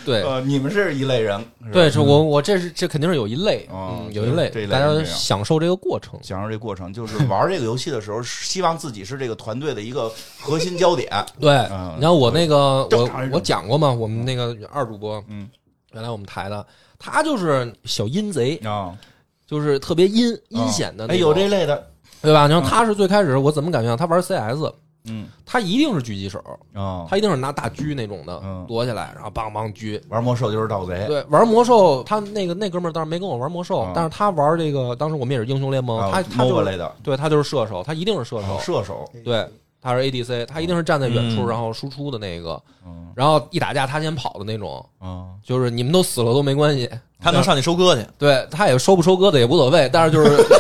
Speaker 3: 对
Speaker 1: 呃，你们是一类人，是吧
Speaker 3: 对，，是我我这是这肯定是有一类，
Speaker 1: 哦
Speaker 3: 嗯，有一类
Speaker 1: 这一，类
Speaker 3: 大家
Speaker 1: 是这样
Speaker 3: 享受这个过程，
Speaker 1: 享受这过程，就是玩这个游戏的时候，希望自己是这个团队的一个核心焦点。
Speaker 3: 对
Speaker 1: 嗯。
Speaker 3: 你看我那个
Speaker 1: 正常
Speaker 3: 我
Speaker 1: 人
Speaker 3: 我讲过嘛，我们那个二主播，
Speaker 1: 嗯，
Speaker 3: 原来我们台的他就是小阴贼，
Speaker 1: 啊，
Speaker 3: 就是特别阴阴险的
Speaker 1: 哎，
Speaker 3: 那种，
Speaker 1: 有这类的，
Speaker 3: 对吧？你看他是最开始我怎么感觉到啊他玩 CS，
Speaker 1: 嗯
Speaker 3: 他一定是狙击手，
Speaker 1: 啊，
Speaker 3: 他一定是拿大狙那种的
Speaker 1: 嗯，哎
Speaker 3: 躲起来然后梆梆狙，
Speaker 1: 玩魔兽就是盗贼。
Speaker 3: 对，玩魔兽，他那个那哥们儿当时没跟我玩魔兽，
Speaker 1: 啊
Speaker 3: 但是他玩这个，当时我们也是英雄联盟，
Speaker 1: 啊
Speaker 3: 他他就
Speaker 1: MOBA
Speaker 3: 是
Speaker 1: 类的，
Speaker 3: 对他就是射手，他一定是射手，
Speaker 1: 哦射手，
Speaker 3: 对，他是 ADC，他一定是站在远处、
Speaker 5: 嗯
Speaker 3: 然后输出的那个，
Speaker 1: 嗯
Speaker 3: 然后一打架他先跑的那种，
Speaker 1: 啊，
Speaker 3: 就是你们都死了都没关系，
Speaker 5: 他能上去收割去。
Speaker 3: 对他也收不收割的也无所谓，但是就是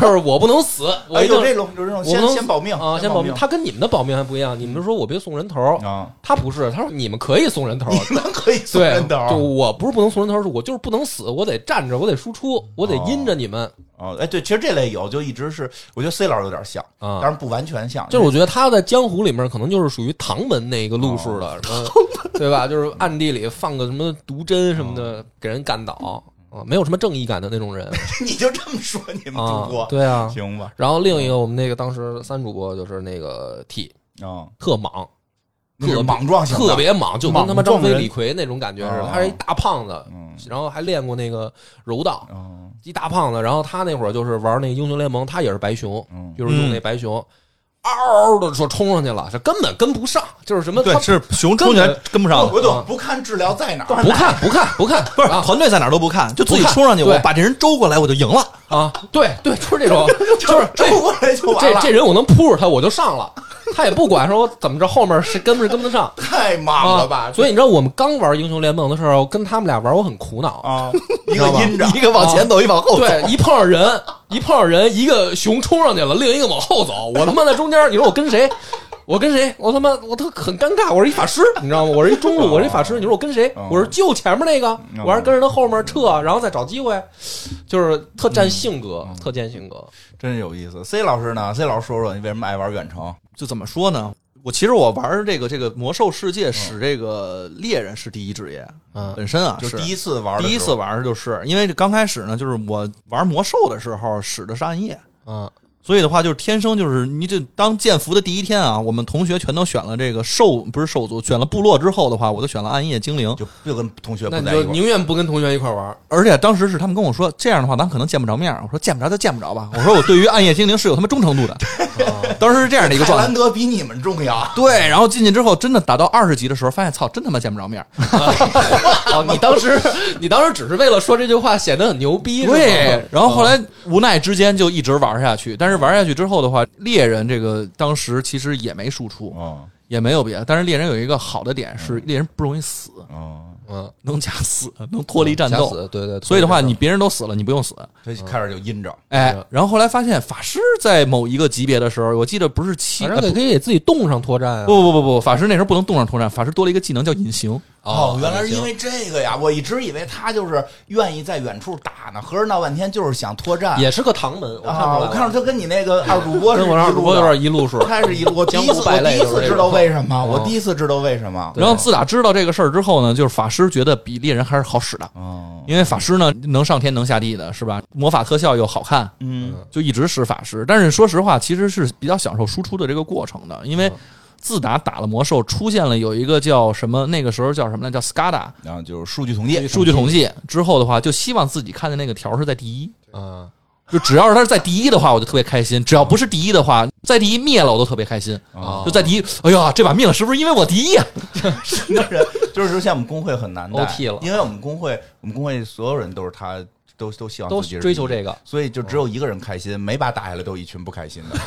Speaker 3: 就是我不能死，我
Speaker 1: 哎
Speaker 3: 一定
Speaker 1: 有这种，有这种，
Speaker 3: 我不
Speaker 1: 先
Speaker 3: 能
Speaker 1: 先保命
Speaker 3: 啊，先
Speaker 1: 保
Speaker 3: 命，他跟你们的保命还不一样，你们说我别送人头儿，
Speaker 1: 啊，
Speaker 3: 他不是，他说你们可以送人头儿，
Speaker 1: 你们可以送
Speaker 3: 对，
Speaker 1: 人啊头
Speaker 3: 就我不是不能送人头，是我就是不能死，我得站着，我得输出，我得阴着你们
Speaker 1: 哦，哎，对，其实这类有，就一直是，我觉得 C 老师有点像，当
Speaker 3: 啊。
Speaker 1: 然不完全像，
Speaker 3: 就是我觉得他在江湖里面可能就是属于唐门那个路数
Speaker 1: 哦
Speaker 3: 的，什么对吧？就是暗地里放个什么毒针什么
Speaker 1: 哦
Speaker 3: 的，给人干倒啊，没有什么正义感的那种人
Speaker 1: 你就这么说你们
Speaker 3: 啊
Speaker 1: 主播，。
Speaker 3: 对 啊。
Speaker 1: 行吧？
Speaker 3: 然后另一个我们那个当时三主播就是那个 T
Speaker 1: 啊，
Speaker 3: 特莽，
Speaker 1: 那是
Speaker 3: 特别
Speaker 1: 莽撞型的
Speaker 3: 特别莽，就跟他妈
Speaker 4: 莽撞
Speaker 3: 张飞
Speaker 4: 人
Speaker 3: 李逵那种感觉似的，
Speaker 1: 啊
Speaker 3: 他是一大胖子，
Speaker 1: 嗯
Speaker 3: 然后还练过那个柔道，
Speaker 1: 嗯
Speaker 3: 一大胖子，然后他那会儿就是玩那个英雄联盟，他也是白熊，
Speaker 1: 嗯
Speaker 3: 就是用那白熊，嗷嗷的说冲上去了，这根本跟不上，就是什么
Speaker 5: 对
Speaker 3: 他，
Speaker 5: 是熊冲起来跟不上
Speaker 1: 不
Speaker 5: 的，
Speaker 1: 懂，不看治疗在哪儿，
Speaker 3: 不看不看不看，
Speaker 5: 不是
Speaker 3: 啊
Speaker 5: 团队在哪儿都不看，就自己
Speaker 3: 不看
Speaker 5: 冲上去，
Speaker 3: 对
Speaker 5: 我把这人周过来我就赢了。
Speaker 3: 啊，对对，就是这种，就是这
Speaker 1: 周过来就完
Speaker 3: 这
Speaker 1: 了，
Speaker 3: 这人我能扑着他我就上了，他也不管说我怎么着后面是跟不是跟不上
Speaker 1: 太莽了吧
Speaker 3: 啊，？所以你知道我们刚玩英雄联盟的时候，跟他们俩哎玩我很苦恼，
Speaker 1: 啊，一个阴着，
Speaker 5: 一个往前走，一往后走。
Speaker 3: 对，一碰上人，一碰上人，一个熊冲上去了，另一个往后走，我他妈在中间，你说我跟谁？我跟谁？我他妈我特很尴尬，我是一法师，你知道吗？我是一中路，我是一法师。你说我跟谁
Speaker 1: 哦？
Speaker 3: 我是救前面那个，我还是跟着他后面撤，然后再找机会，就是特
Speaker 1: 嗯
Speaker 3: 占性
Speaker 1: 哦
Speaker 3: 格，特占性格。
Speaker 1: 真是有意思。C 老师呢？C 老师说说你为什么爱玩远程？
Speaker 5: 就怎么说呢？我其实我玩这个这个魔兽世界，使这个猎人是第一职业，
Speaker 3: 嗯
Speaker 5: 本身啊
Speaker 1: 就是第一次玩，
Speaker 5: 第一次，玩儿就是因为刚开始呢，就是我玩魔兽的时候使的是暗夜，
Speaker 3: 嗯
Speaker 5: 所以的话就是天生就是你这当剑服的第一天啊，我们同学全都选了这个兽不是兽族，选了部落之后的话，我就选了暗夜精灵，
Speaker 1: 就就跟同学不
Speaker 3: 那你
Speaker 1: 在一
Speaker 3: 就
Speaker 1: 块儿。
Speaker 3: 宁愿不跟同学一 块玩。
Speaker 5: 而且当时是他们跟我说这样的话，咱可能见不着面儿，我说见不着就见不着吧，我说我对于暗夜精灵是有他妈忠诚 度的，
Speaker 1: 哦
Speaker 5: 当时是这样的一个
Speaker 1: 格
Speaker 5: 状态
Speaker 1: 兰。德比你们重 要，
Speaker 5: 对，然后进去之后，真的打到二十级的时候，发现操，真他妈见不着面儿。
Speaker 3: 哦，你当时你当时只是为了说这句话显得很牛逼，是吗哦
Speaker 5: 对，然后后来
Speaker 3: 嗯
Speaker 5: 无奈之间就一直玩下去。但是玩下去之后的话，猎人这个当时其实也没输
Speaker 3: 嗯
Speaker 5: 出，
Speaker 1: 哦
Speaker 5: 也没有别的。但是猎人有一个好的点是，猎人不容易死，
Speaker 1: 哦，
Speaker 3: 嗯，
Speaker 5: 能假死，能脱离战
Speaker 3: 假
Speaker 5: 斗。
Speaker 3: 死，对对。
Speaker 5: 所以的话，
Speaker 3: 对
Speaker 5: 你别人都死了，你不用死。
Speaker 1: 他开始就阴着，
Speaker 5: 哎
Speaker 3: 是，
Speaker 5: 然后后来发现法师在某一个级别的时候，我记得不是七，
Speaker 3: 反
Speaker 5: 呃
Speaker 3: 正得可以给自己冻上脱战啊。
Speaker 5: 不不不不不，法师那时候不能动上脱战，法师多了一个技能叫隐形。
Speaker 3: 啊
Speaker 1: 哦，原来是因为这个呀！我一直以为他就是愿意在远处打呢，合着闹半天就是想脱战。
Speaker 3: 也是个唐门，我看出
Speaker 1: 啊，
Speaker 3: 来了
Speaker 1: 我看着他跟你那 个二主播是
Speaker 3: 跟我让
Speaker 1: 一
Speaker 3: 主
Speaker 1: 路
Speaker 3: 播有
Speaker 1: 的
Speaker 3: 点一路数。
Speaker 1: 他是一路，我第一
Speaker 3: 江
Speaker 1: 次
Speaker 3: 湖
Speaker 1: 我
Speaker 3: 败
Speaker 1: 第
Speaker 3: 类
Speaker 1: 一次知道为什么，
Speaker 3: 就是这种
Speaker 1: 我第一次知道为什么。
Speaker 5: 然后自打知道这个事儿之后呢，就是法师觉得比猎人还是好使的，
Speaker 1: 哦，
Speaker 5: 因为法师呢能上天能下地的，是吧？魔法特效又好看，
Speaker 1: 嗯，
Speaker 5: 就一直使法师。但是说实话，其实是比较享受输出的这个过程的，因为自打打了魔兽，出现了有一个叫什么，那个时候叫什么呢？叫 SCADA
Speaker 1: 然后就是数据统计，
Speaker 5: 数据统计之后的话，就希望自己看的那个条是在第一。
Speaker 3: 啊，
Speaker 5: 就只要是他是在第一的话，我就特别开心；只要不是第一的话，在第一灭了我都特别开心。
Speaker 1: 啊
Speaker 5: 就在第一，哎呀，这把灭了是不是因为我第一啊呀、
Speaker 1: 真的人就是说，像我们工会很难带
Speaker 3: OT 了
Speaker 1: 因为我们工会，我们工会所有人都是他，都都希望
Speaker 3: 都
Speaker 1: 自己是
Speaker 3: 追求
Speaker 1: 第一
Speaker 3: 这个，哦
Speaker 1: 所以就只有一个人开心，每把打下来都一群不开心的。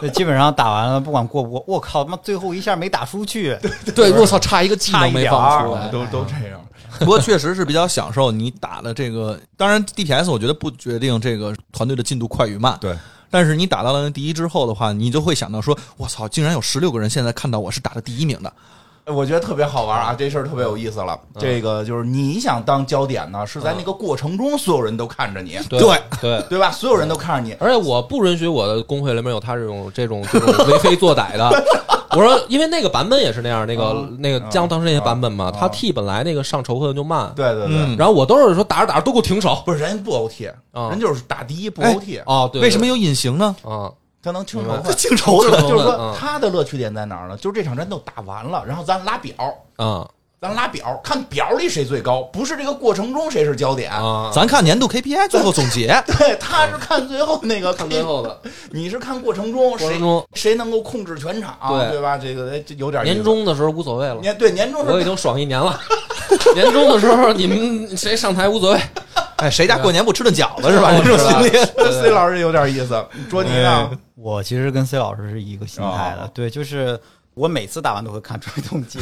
Speaker 4: 就基本上打完了，不管过不过，我靠，他妈最后一下没打出去，
Speaker 5: 对，我操，差一个技
Speaker 4: 差
Speaker 5: 能
Speaker 4: 一
Speaker 5: 没
Speaker 4: 点
Speaker 5: 放出
Speaker 4: 儿
Speaker 3: 哎
Speaker 5: 来。
Speaker 1: 都都这样。
Speaker 5: 不过确实是比较享受你打的这个，当然 DPS 我觉得不决定这个团队的进度快与慢，
Speaker 1: 对，
Speaker 5: 但是你打到了那第一之后的话，你就会想到说，我操，竟然有十六个人现在看到我是打的第一名的，
Speaker 1: 我觉得特别好玩啊，这事儿特别有意思了。
Speaker 3: 嗯
Speaker 1: 这个就是你想当焦点呢，是在那个过程中，所有人都看着你，
Speaker 3: 对嗯
Speaker 5: 对
Speaker 3: 对。
Speaker 1: 对吧？所有人都看着你。
Speaker 3: 而且我不允许我的工会里面有他这种这种这种为非作歹的。 我说，因为那个版本也是那样，那个那个江当时那些版本嘛，他替本来那个上仇恨就慢，
Speaker 1: 对对对，
Speaker 5: 嗯
Speaker 3: 然后我都是说打着打着都给我停手。
Speaker 1: 不是人家不 OT，
Speaker 3: 啊
Speaker 1: 人就是打第一不
Speaker 5: 哎
Speaker 1: OT，
Speaker 3: 哦，对，
Speaker 5: 为什么有隐形呢？
Speaker 3: 啊？
Speaker 1: 他能清楚
Speaker 3: 明白
Speaker 1: 快。
Speaker 5: 净愁
Speaker 1: 就是
Speaker 3: 了
Speaker 1: 就是说，
Speaker 3: 嗯
Speaker 1: 他的乐趣点在哪儿呢？就是这场战斗打完了，然后咱拉表，
Speaker 3: 啊
Speaker 1: 咱拉表，看表里谁最高，不是这个过程中谁是焦点。
Speaker 3: 啊！
Speaker 5: 咱看年度 KPI 最后总结，
Speaker 1: 对，他是看最后那个，
Speaker 3: 看最后的
Speaker 1: 你是看过程中
Speaker 3: 过
Speaker 1: 谁
Speaker 3: 程中，
Speaker 1: 谁能够控制全场，
Speaker 3: 对
Speaker 1: 对吧？这个哎这有点意思
Speaker 3: 年终的时候无所谓了，
Speaker 1: 年对年终
Speaker 3: 我已
Speaker 1: 是
Speaker 3: 经爽一年了。年终的时候你们谁上台无所谓，
Speaker 5: 哎，谁家过年不吃顿饺哦子是吧？这种心理，
Speaker 1: C 老师有点意思，捉
Speaker 4: 哎
Speaker 1: 啊你呢？
Speaker 4: 我其实跟 C 老师是一个心态的，
Speaker 1: 哦
Speaker 4: 对，就是我每次打完都会看追踪记，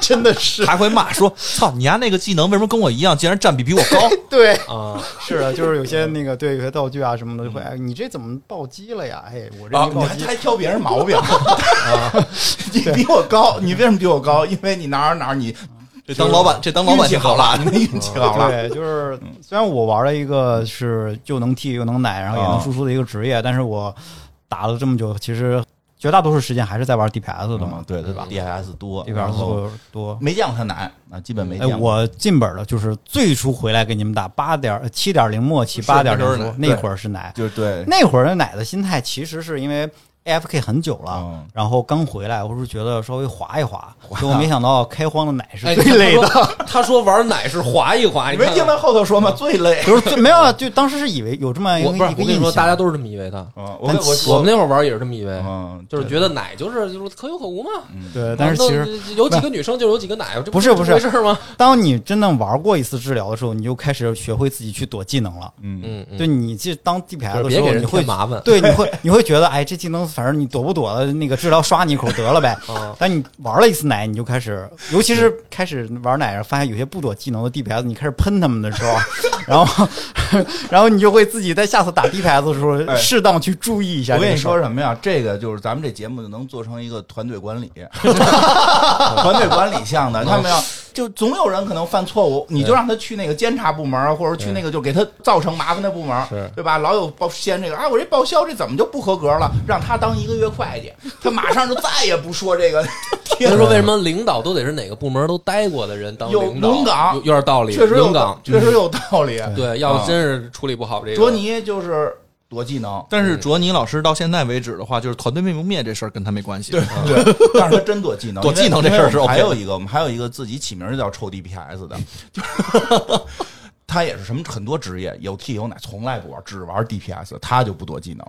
Speaker 4: 真的是，
Speaker 5: 还会骂说，操，你家那个技能为什么跟我一样，竟然占比比我高？
Speaker 4: 对，
Speaker 3: 啊，
Speaker 4: 是的，就是有些那个对有些道具啊什么的就会，哎，你这怎么暴击了呀？哎，我这
Speaker 1: 嗯啊
Speaker 4: 没，
Speaker 1: 你
Speaker 4: 暴
Speaker 1: 还
Speaker 4: 击，
Speaker 1: 还挑别人毛病？ 你比我高，你为什么比我高？因为你哪儿哪儿你
Speaker 5: 这当老板，这当老板
Speaker 1: 运气
Speaker 5: 就
Speaker 1: 好
Speaker 5: 了。
Speaker 1: 了，你的运气好 了。
Speaker 4: 对，就是
Speaker 1: 嗯
Speaker 4: 虽然我玩了一个是又能替又能奶，然后也
Speaker 1: 啊
Speaker 4: 能输出的一个职业，但是我打了这么久，其实绝大多数时间还是在玩 DPS 的嘛
Speaker 1: 嗯，对对吧？DIS 多然
Speaker 4: ，DPS
Speaker 1: 后
Speaker 4: 多多。
Speaker 1: 没见过他奶啊，基本没
Speaker 4: 哎，
Speaker 1: 见过。
Speaker 4: 我进本了，就是最初回来给你们打八点七点零末期，
Speaker 5: 是
Speaker 4: 八点零
Speaker 5: 那时候是奶
Speaker 4: 那会儿是奶，
Speaker 1: 就对，
Speaker 4: 那会儿的奶的心态其实是因为 AFK 很久了，
Speaker 1: 嗯
Speaker 4: 然后刚回来，我是觉得稍微滑一滑，
Speaker 1: 滑
Speaker 4: 结果没想到开荒的奶是
Speaker 3: 哎，
Speaker 4: 最累的。
Speaker 3: 他说。他说玩奶是滑一滑，
Speaker 1: 你
Speaker 3: 你
Speaker 1: 没
Speaker 3: 看
Speaker 1: 听
Speaker 3: 看
Speaker 1: 他后头说吗？最累。
Speaker 4: 就是最没有啊，就当时是以为有这么一个
Speaker 3: 我不是
Speaker 4: 一
Speaker 3: 我
Speaker 4: 个
Speaker 3: 跟你
Speaker 4: 印
Speaker 3: 说，
Speaker 4: 象，
Speaker 3: 大家都是这么以为的。
Speaker 1: 嗯，我
Speaker 4: 但
Speaker 1: 我
Speaker 4: 其
Speaker 3: 我们那会儿玩也是这么以为，
Speaker 1: 嗯，
Speaker 3: 就是觉得奶就是就是可有可无嘛。
Speaker 4: 对。但是其实，
Speaker 3: 那有几个女生就有几个奶，这
Speaker 4: 不是
Speaker 3: 不
Speaker 4: 不
Speaker 3: 这
Speaker 4: 是
Speaker 3: 回事吗？
Speaker 4: 当你真正玩过一次治疗的时候，你就开始学会自己去躲技能了。
Speaker 1: 嗯，
Speaker 3: 嗯，嗯啊
Speaker 4: 就你这当 DPS 的
Speaker 3: 别
Speaker 4: 时
Speaker 3: 给
Speaker 4: 候，
Speaker 3: 人
Speaker 4: 你
Speaker 3: 添
Speaker 4: 会
Speaker 3: 麻烦。
Speaker 4: 对你会你会觉得，哎，这技能反正你躲不躲的那个治疗刷你一口得了 呗。
Speaker 3: 啊，
Speaker 4: 但你玩了一次奶，你就 开始，尤其是开始玩奶，发现有些不躲技能的地牌子，你开始喷他们的时 候，然后， 然后你就会自己在下次打地牌子的时候，
Speaker 1: 哎
Speaker 4: 适当去注意一下。
Speaker 1: 我跟你说，什么呀？这个就是咱们这节目就能做成一个团队管理， 团队管理项的，他们要就总有人可能犯错误，你就让他去那个监察部门儿，啊或者去那个就给他造成麻烦的部门儿
Speaker 3: 是，
Speaker 1: 对吧？老有报先这个啊，我这报销这怎么就不合格了？让他当一个月会计，他马上就再也不说这个
Speaker 3: 所
Speaker 1: 贴
Speaker 3: 以
Speaker 1: 了。
Speaker 3: 说为什么领导都得是哪个部门都待过的人当
Speaker 1: 有
Speaker 3: 领导？
Speaker 1: 轮岗
Speaker 3: 有有点道理，
Speaker 1: 确实有
Speaker 3: 轮岗，嗯
Speaker 1: 确实有道理。
Speaker 3: 对，要
Speaker 1: 啊
Speaker 3: 真是处理不好这个，
Speaker 1: 卓尼就是躲技能，
Speaker 5: 但是卓尼老师到现在为止的话，就是团队灭不灭这事儿跟他没关系。对，
Speaker 1: 对，但是他真躲技能，
Speaker 5: 躲技能
Speaker 1: 因为
Speaker 5: 这事儿是
Speaker 1: 因为我们
Speaker 5: OK 的
Speaker 1: 还有一个，我们还有一个自己起名儿叫臭 DPS 的，就是。 他也是什么很多职业，有 T 有奶，从来不玩，只玩 DPS，他就不躲技能，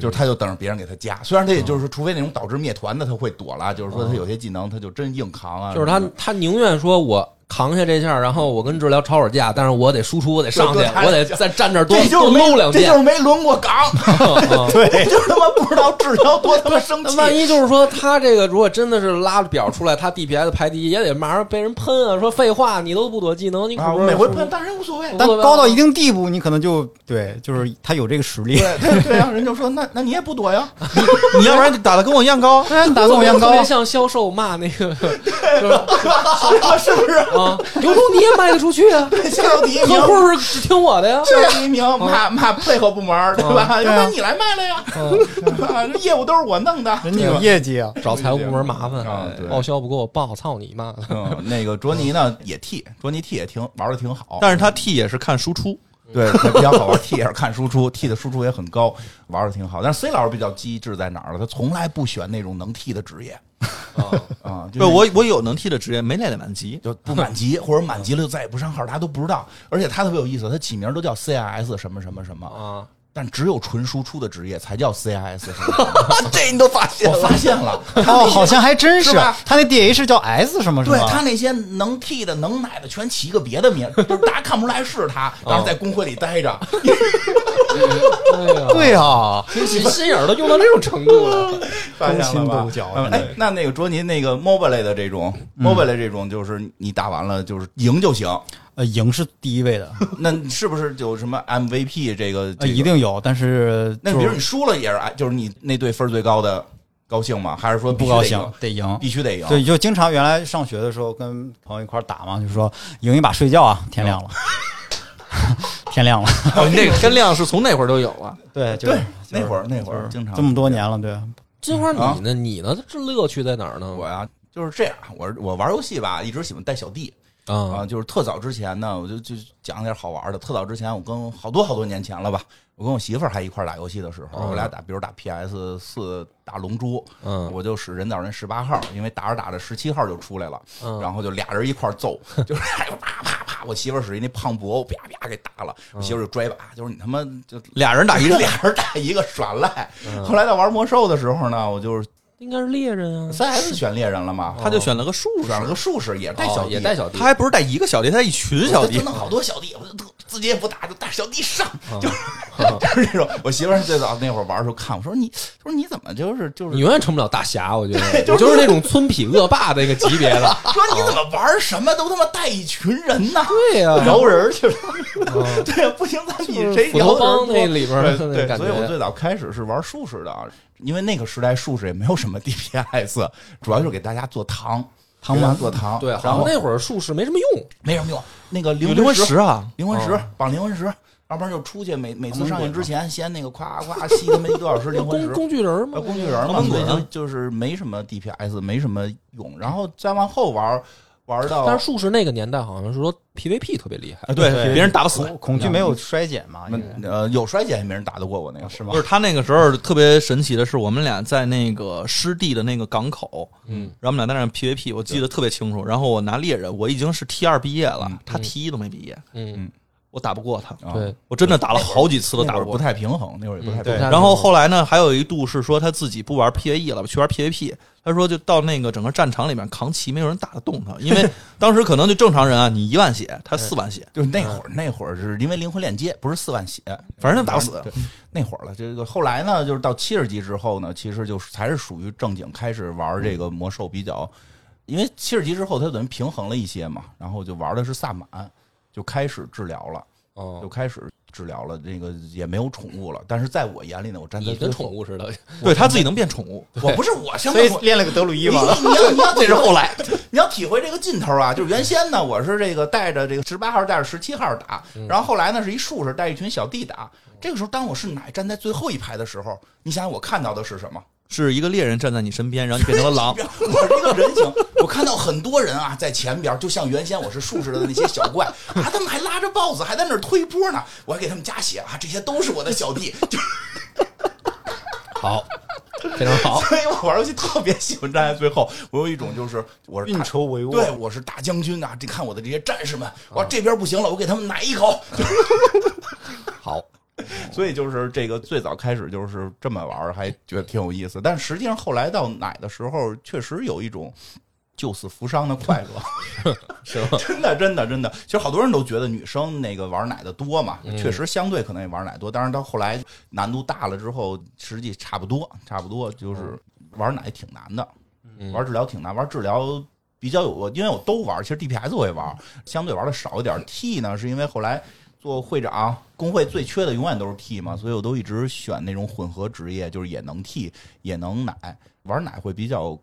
Speaker 1: 就是他就等着别人给他加。虽然他也就是，除非那种导致灭团的他会躲了，就是说他有些技能他就真硬扛啊。
Speaker 3: 就是他，他宁愿说我扛下这下，然后我跟治疗吵会儿架，但是我得输出，我得上去，
Speaker 1: 对对他
Speaker 3: 我得再站这儿多
Speaker 1: 这就
Speaker 3: 多
Speaker 1: 是没
Speaker 3: 搂两
Speaker 1: 这
Speaker 3: 剑
Speaker 1: 就。是没轮过岗， 这就是他妈不知道治疗多他妈 生
Speaker 3: 那
Speaker 1: 气。
Speaker 3: 万一就是说他这个如果真的是拉了表出来，他 DPS 排第一，也得马上被人喷啊！说废话，你都不躲技能，你可
Speaker 1: 啊，
Speaker 3: 不
Speaker 1: 我
Speaker 3: 是
Speaker 1: 每回喷，但是无所谓，
Speaker 4: 但高到一定地步，你可能就对，就是他有这个实 力，
Speaker 1: 对对对啊，人就说那那你也不躲呀，
Speaker 5: 你要不然打的跟我一样高，
Speaker 4: 对啊，你打跟我一样
Speaker 3: 特
Speaker 4: 高
Speaker 3: 别，像销售骂那个， 就是
Speaker 1: 是不是？
Speaker 3: 啊，有种你也卖得出去啊！
Speaker 1: 销售第一名
Speaker 3: 客户是只听我的呀。
Speaker 1: 这第一名骂骂配合部门儿，哦对吧？要不然你来卖了呀，啊 这业务都是我弄的。
Speaker 4: 人家有业绩啊。
Speaker 3: 找财务部门麻烦哎
Speaker 1: 啊对，
Speaker 3: 报销不给我报，操你妈！
Speaker 1: 嗯，那个卓尼呢也替，卓尼替也挺玩的挺好，
Speaker 5: 但是他 T 也是看输出。
Speaker 3: 哦
Speaker 1: 对他比较好玩。替也是看输出， 替的输出也很高，玩的挺好。但是 C 老师比较机智在哪儿呢？他从来不选那种能替的职业
Speaker 3: 啊
Speaker 1: 啊，就是
Speaker 5: 对，我我有能 T 的职业，没练得满级。
Speaker 1: 就不满级，或者满级了就再也不上号，大家都不知道。而且他特别有意思，他起名都叫 CIS 什么什么什么，
Speaker 3: 啊！
Speaker 1: 但只有纯输出的职业才叫 CIS 什么什么。 这你都发现了？我发现了，
Speaker 4: 哦，好像还真是
Speaker 1: 是吧，
Speaker 4: 他那 DH 叫 S 什么什么，
Speaker 1: 对他那些能替的、能奶的，全起一个别的名，就是大家看不出来是 他，当
Speaker 4: 哦
Speaker 1: 时在工会里待着，
Speaker 3: 哎呀，
Speaker 4: 对啊，
Speaker 3: 心心眼儿都用到这种程 度了。
Speaker 1: 发现了吧
Speaker 4: 勾心斗角嗯
Speaker 1: 嗯哎，那那个卓尼那个 MOBA 类的这种 MOBA 类这种，就是你打完了就是赢就行，
Speaker 4: 呃，赢是第一位的，
Speaker 1: 那你是不是有什么 MVP 这个？这
Speaker 4: 呃，
Speaker 1: 个
Speaker 4: 一。定有，但是
Speaker 1: 那
Speaker 4: 就
Speaker 1: 比
Speaker 4: 是
Speaker 1: 如你输了也是，哎就是你那队分儿最高的高兴吗？还是说必
Speaker 4: 不
Speaker 1: 须
Speaker 4: 高
Speaker 1: 得
Speaker 4: 兴
Speaker 1: 赢，
Speaker 4: 得赢，
Speaker 1: 必须得赢？
Speaker 4: 对，就经常原来上学的时候跟朋友一块儿打嘛，就说赢一把睡觉啊，天 亮了，天亮了，
Speaker 5: 哦，你这个
Speaker 3: 天亮是从那会儿就有了。
Speaker 4: 对，就是
Speaker 1: 对，那会儿那会儿经常
Speaker 4: 这么多年了，对，
Speaker 3: 金花，
Speaker 1: 啊
Speaker 3: 你呢？你呢？这乐趣在哪儿呢？
Speaker 1: 我呀，就是这样。我我玩游戏吧，一直喜欢带小弟，
Speaker 3: 啊
Speaker 1: 啊，就是特早之前呢，我就就讲点好玩的。特早之前，我跟好多好多年前了吧，我跟我媳妇儿还一块儿打游戏的时候，我俩打，比如打 PS 四、打龙珠，
Speaker 3: 嗯
Speaker 1: 我就使人造人十八号，因为打着打着十七号就出来了，
Speaker 3: 嗯
Speaker 1: 然后就俩人一块儿揍， 就是还有啪啪啪，我媳妇儿使一那胖博，啪啪给打了，我媳妇儿就拽把，就是你他妈就
Speaker 5: 俩人打一
Speaker 1: 一
Speaker 5: 个
Speaker 1: 个，俩人打一个耍赖。后来到玩魔兽的时候呢，我就是
Speaker 3: 应该是猎人啊。
Speaker 1: CS 选猎人了嘛，哦
Speaker 5: 他就选了个术士
Speaker 1: 选，了个术士，也带小
Speaker 3: 哦
Speaker 1: 弟，
Speaker 3: 也带小弟，
Speaker 5: 他还不是带一个小弟，他带一群小弟
Speaker 1: 真的。
Speaker 3: 哦
Speaker 1: 好多小弟，我就自己也不打，就带小弟上，
Speaker 3: 啊
Speaker 1: 就是就是这种。我媳妇儿最早那会儿玩的时候看我说你，说你怎么就是就是
Speaker 3: 你永远成不了大侠，我觉 得，
Speaker 1: 就是
Speaker 3: 你就是那种村痞恶霸那个级别 的。
Speaker 1: 说你怎么玩什么都他妈带一群人呢？
Speaker 3: 对呀、
Speaker 1: 饶人去了， 对啊呀，不行，咱比谁
Speaker 3: 斧
Speaker 1: 饶
Speaker 3: 头
Speaker 1: 人
Speaker 3: 帮
Speaker 1: 多
Speaker 3: 那里边儿的那
Speaker 1: 对
Speaker 3: 个感觉
Speaker 1: 所以我最早开始是玩术士的啊，因为那个时代术士也没有什么 DPS，主要就是给大家做糖，
Speaker 4: 糖
Speaker 1: 给大家
Speaker 4: 吗
Speaker 1: 做糖，
Speaker 3: 对，
Speaker 1: 然
Speaker 3: 好像
Speaker 1: 后
Speaker 3: 那会儿术士没什么用，
Speaker 1: 没什么用，那个
Speaker 5: 有
Speaker 1: 灵
Speaker 5: 灵魂
Speaker 1: 石
Speaker 5: 石啊，
Speaker 1: 灵魂石，绑灵魂石，要不然就出去每每次上映之前先那个夸夸吸他妈一个多小时灵 魂
Speaker 3: 工
Speaker 1: 石。
Speaker 3: 工具人嘛啊
Speaker 1: 呃，，工具人嘛，
Speaker 5: 蒙
Speaker 1: 所
Speaker 5: 古
Speaker 1: 以
Speaker 5: 人
Speaker 1: 就就是没什么 DPS，没什么用。然后再往后玩，玩到
Speaker 3: 但是术士那个年代好像是说 PVP 特别厉害，
Speaker 1: 啊
Speaker 5: 对，
Speaker 4: 对
Speaker 5: 别人打不死
Speaker 3: 哦
Speaker 4: 恐。恐惧没有衰减嘛，应该
Speaker 1: 那呃有衰减也没人打得过我那个
Speaker 4: 是吗
Speaker 5: 不？是他那个时候特别神奇的是，我们俩在那个湿地的那个港口，
Speaker 3: 嗯，
Speaker 5: 然后我们俩在那儿 PVP，我记得特别清楚。然后我拿猎人，我已经是 T 二毕业了，他 T 一都没毕业。
Speaker 3: 嗯，
Speaker 5: 我打不过他，
Speaker 1: 啊
Speaker 3: 对，
Speaker 5: 我真的打了好几次都
Speaker 1: 那
Speaker 5: 打
Speaker 1: 会儿
Speaker 5: 过
Speaker 1: 不。太平衡，那会儿也不太
Speaker 4: 对
Speaker 1: 平衡。
Speaker 3: 太
Speaker 5: 然后后来呢，还有一度是说他自己不玩 PVE 了，去玩 PVP。他说就到那个整个战场里面扛旗，没有人打得动他，因为当时可能就正常人啊，你一万血，他四万血，
Speaker 1: 就是那会儿，那会儿是因为灵魂链接，不是四万血，
Speaker 5: 反 正打不死
Speaker 1: 对。那会儿了，这个后来呢，就是到七十级之后呢，其实就是还是属于正经开始玩这个魔兽比较，因为七十级之后它等于平衡了一些嘛，然后就玩的是萨满，就开始治疗了，就
Speaker 3: 哦，
Speaker 1: 开始治疗了，这个也没有宠物了。但是在我眼里呢，我站在
Speaker 3: 你
Speaker 1: 最
Speaker 3: 跟
Speaker 1: 后
Speaker 3: 宠，物似的，
Speaker 5: 对他自己能变宠物，
Speaker 1: 我不是我相
Speaker 4: 所以
Speaker 1: 信我。
Speaker 4: 练了个德鲁
Speaker 1: 你
Speaker 4: 伊 嘛。
Speaker 1: 你 要你要
Speaker 5: 这是后来。
Speaker 1: 你要体会这个劲头啊！就是原先呢，我是这个带着这个十八号带着十七号打，
Speaker 5: 嗯
Speaker 1: 然后后来呢是一术士带一群小弟打。这个时候，当我是奶站在最后一排的时候，你想想我看到的是什么？。
Speaker 5: 是一个猎人站在你身边，然后你变成了狼
Speaker 1: 我是一个人形，我看到很多人啊在前边，就像原先我是术士的那些小怪啊，他们还拉着 BOSS，还在那儿推波呢，我还给他们加血啊，这些都是我的小弟， 就是
Speaker 3: 好，非常好。
Speaker 1: 所以我玩游戏特别喜欢站在最后，我有一种就是我是大
Speaker 4: 运筹帷幄
Speaker 1: 对，我是大将军啊！这看我的这些战士们，哇，这边不行了，我给他们奶一 口。
Speaker 3: 好，
Speaker 1: 所以就是这个最早开始就是这么玩儿，还觉得挺有意思。但实际上后来到奶的时候，确实有一种救死扶伤的快乐。
Speaker 3: 是吗？
Speaker 1: 真的，真的，真的。其实好多人都觉得女生那个玩奶的多嘛，确实相对可能也玩奶多，但是到后来难度大了之后，实际差不多，差不多就是玩奶挺难的，嗯
Speaker 3: 嗯
Speaker 1: 玩治疗挺难，玩治疗。比较有我，因为我都玩，其实 DPS 我也玩，相对玩的少一点。T 呢，是因为后来做会长，工会最缺的永远都是 T 嘛，所以我都一直选那种混合职业，就是也能 T 也能奶，玩奶会比较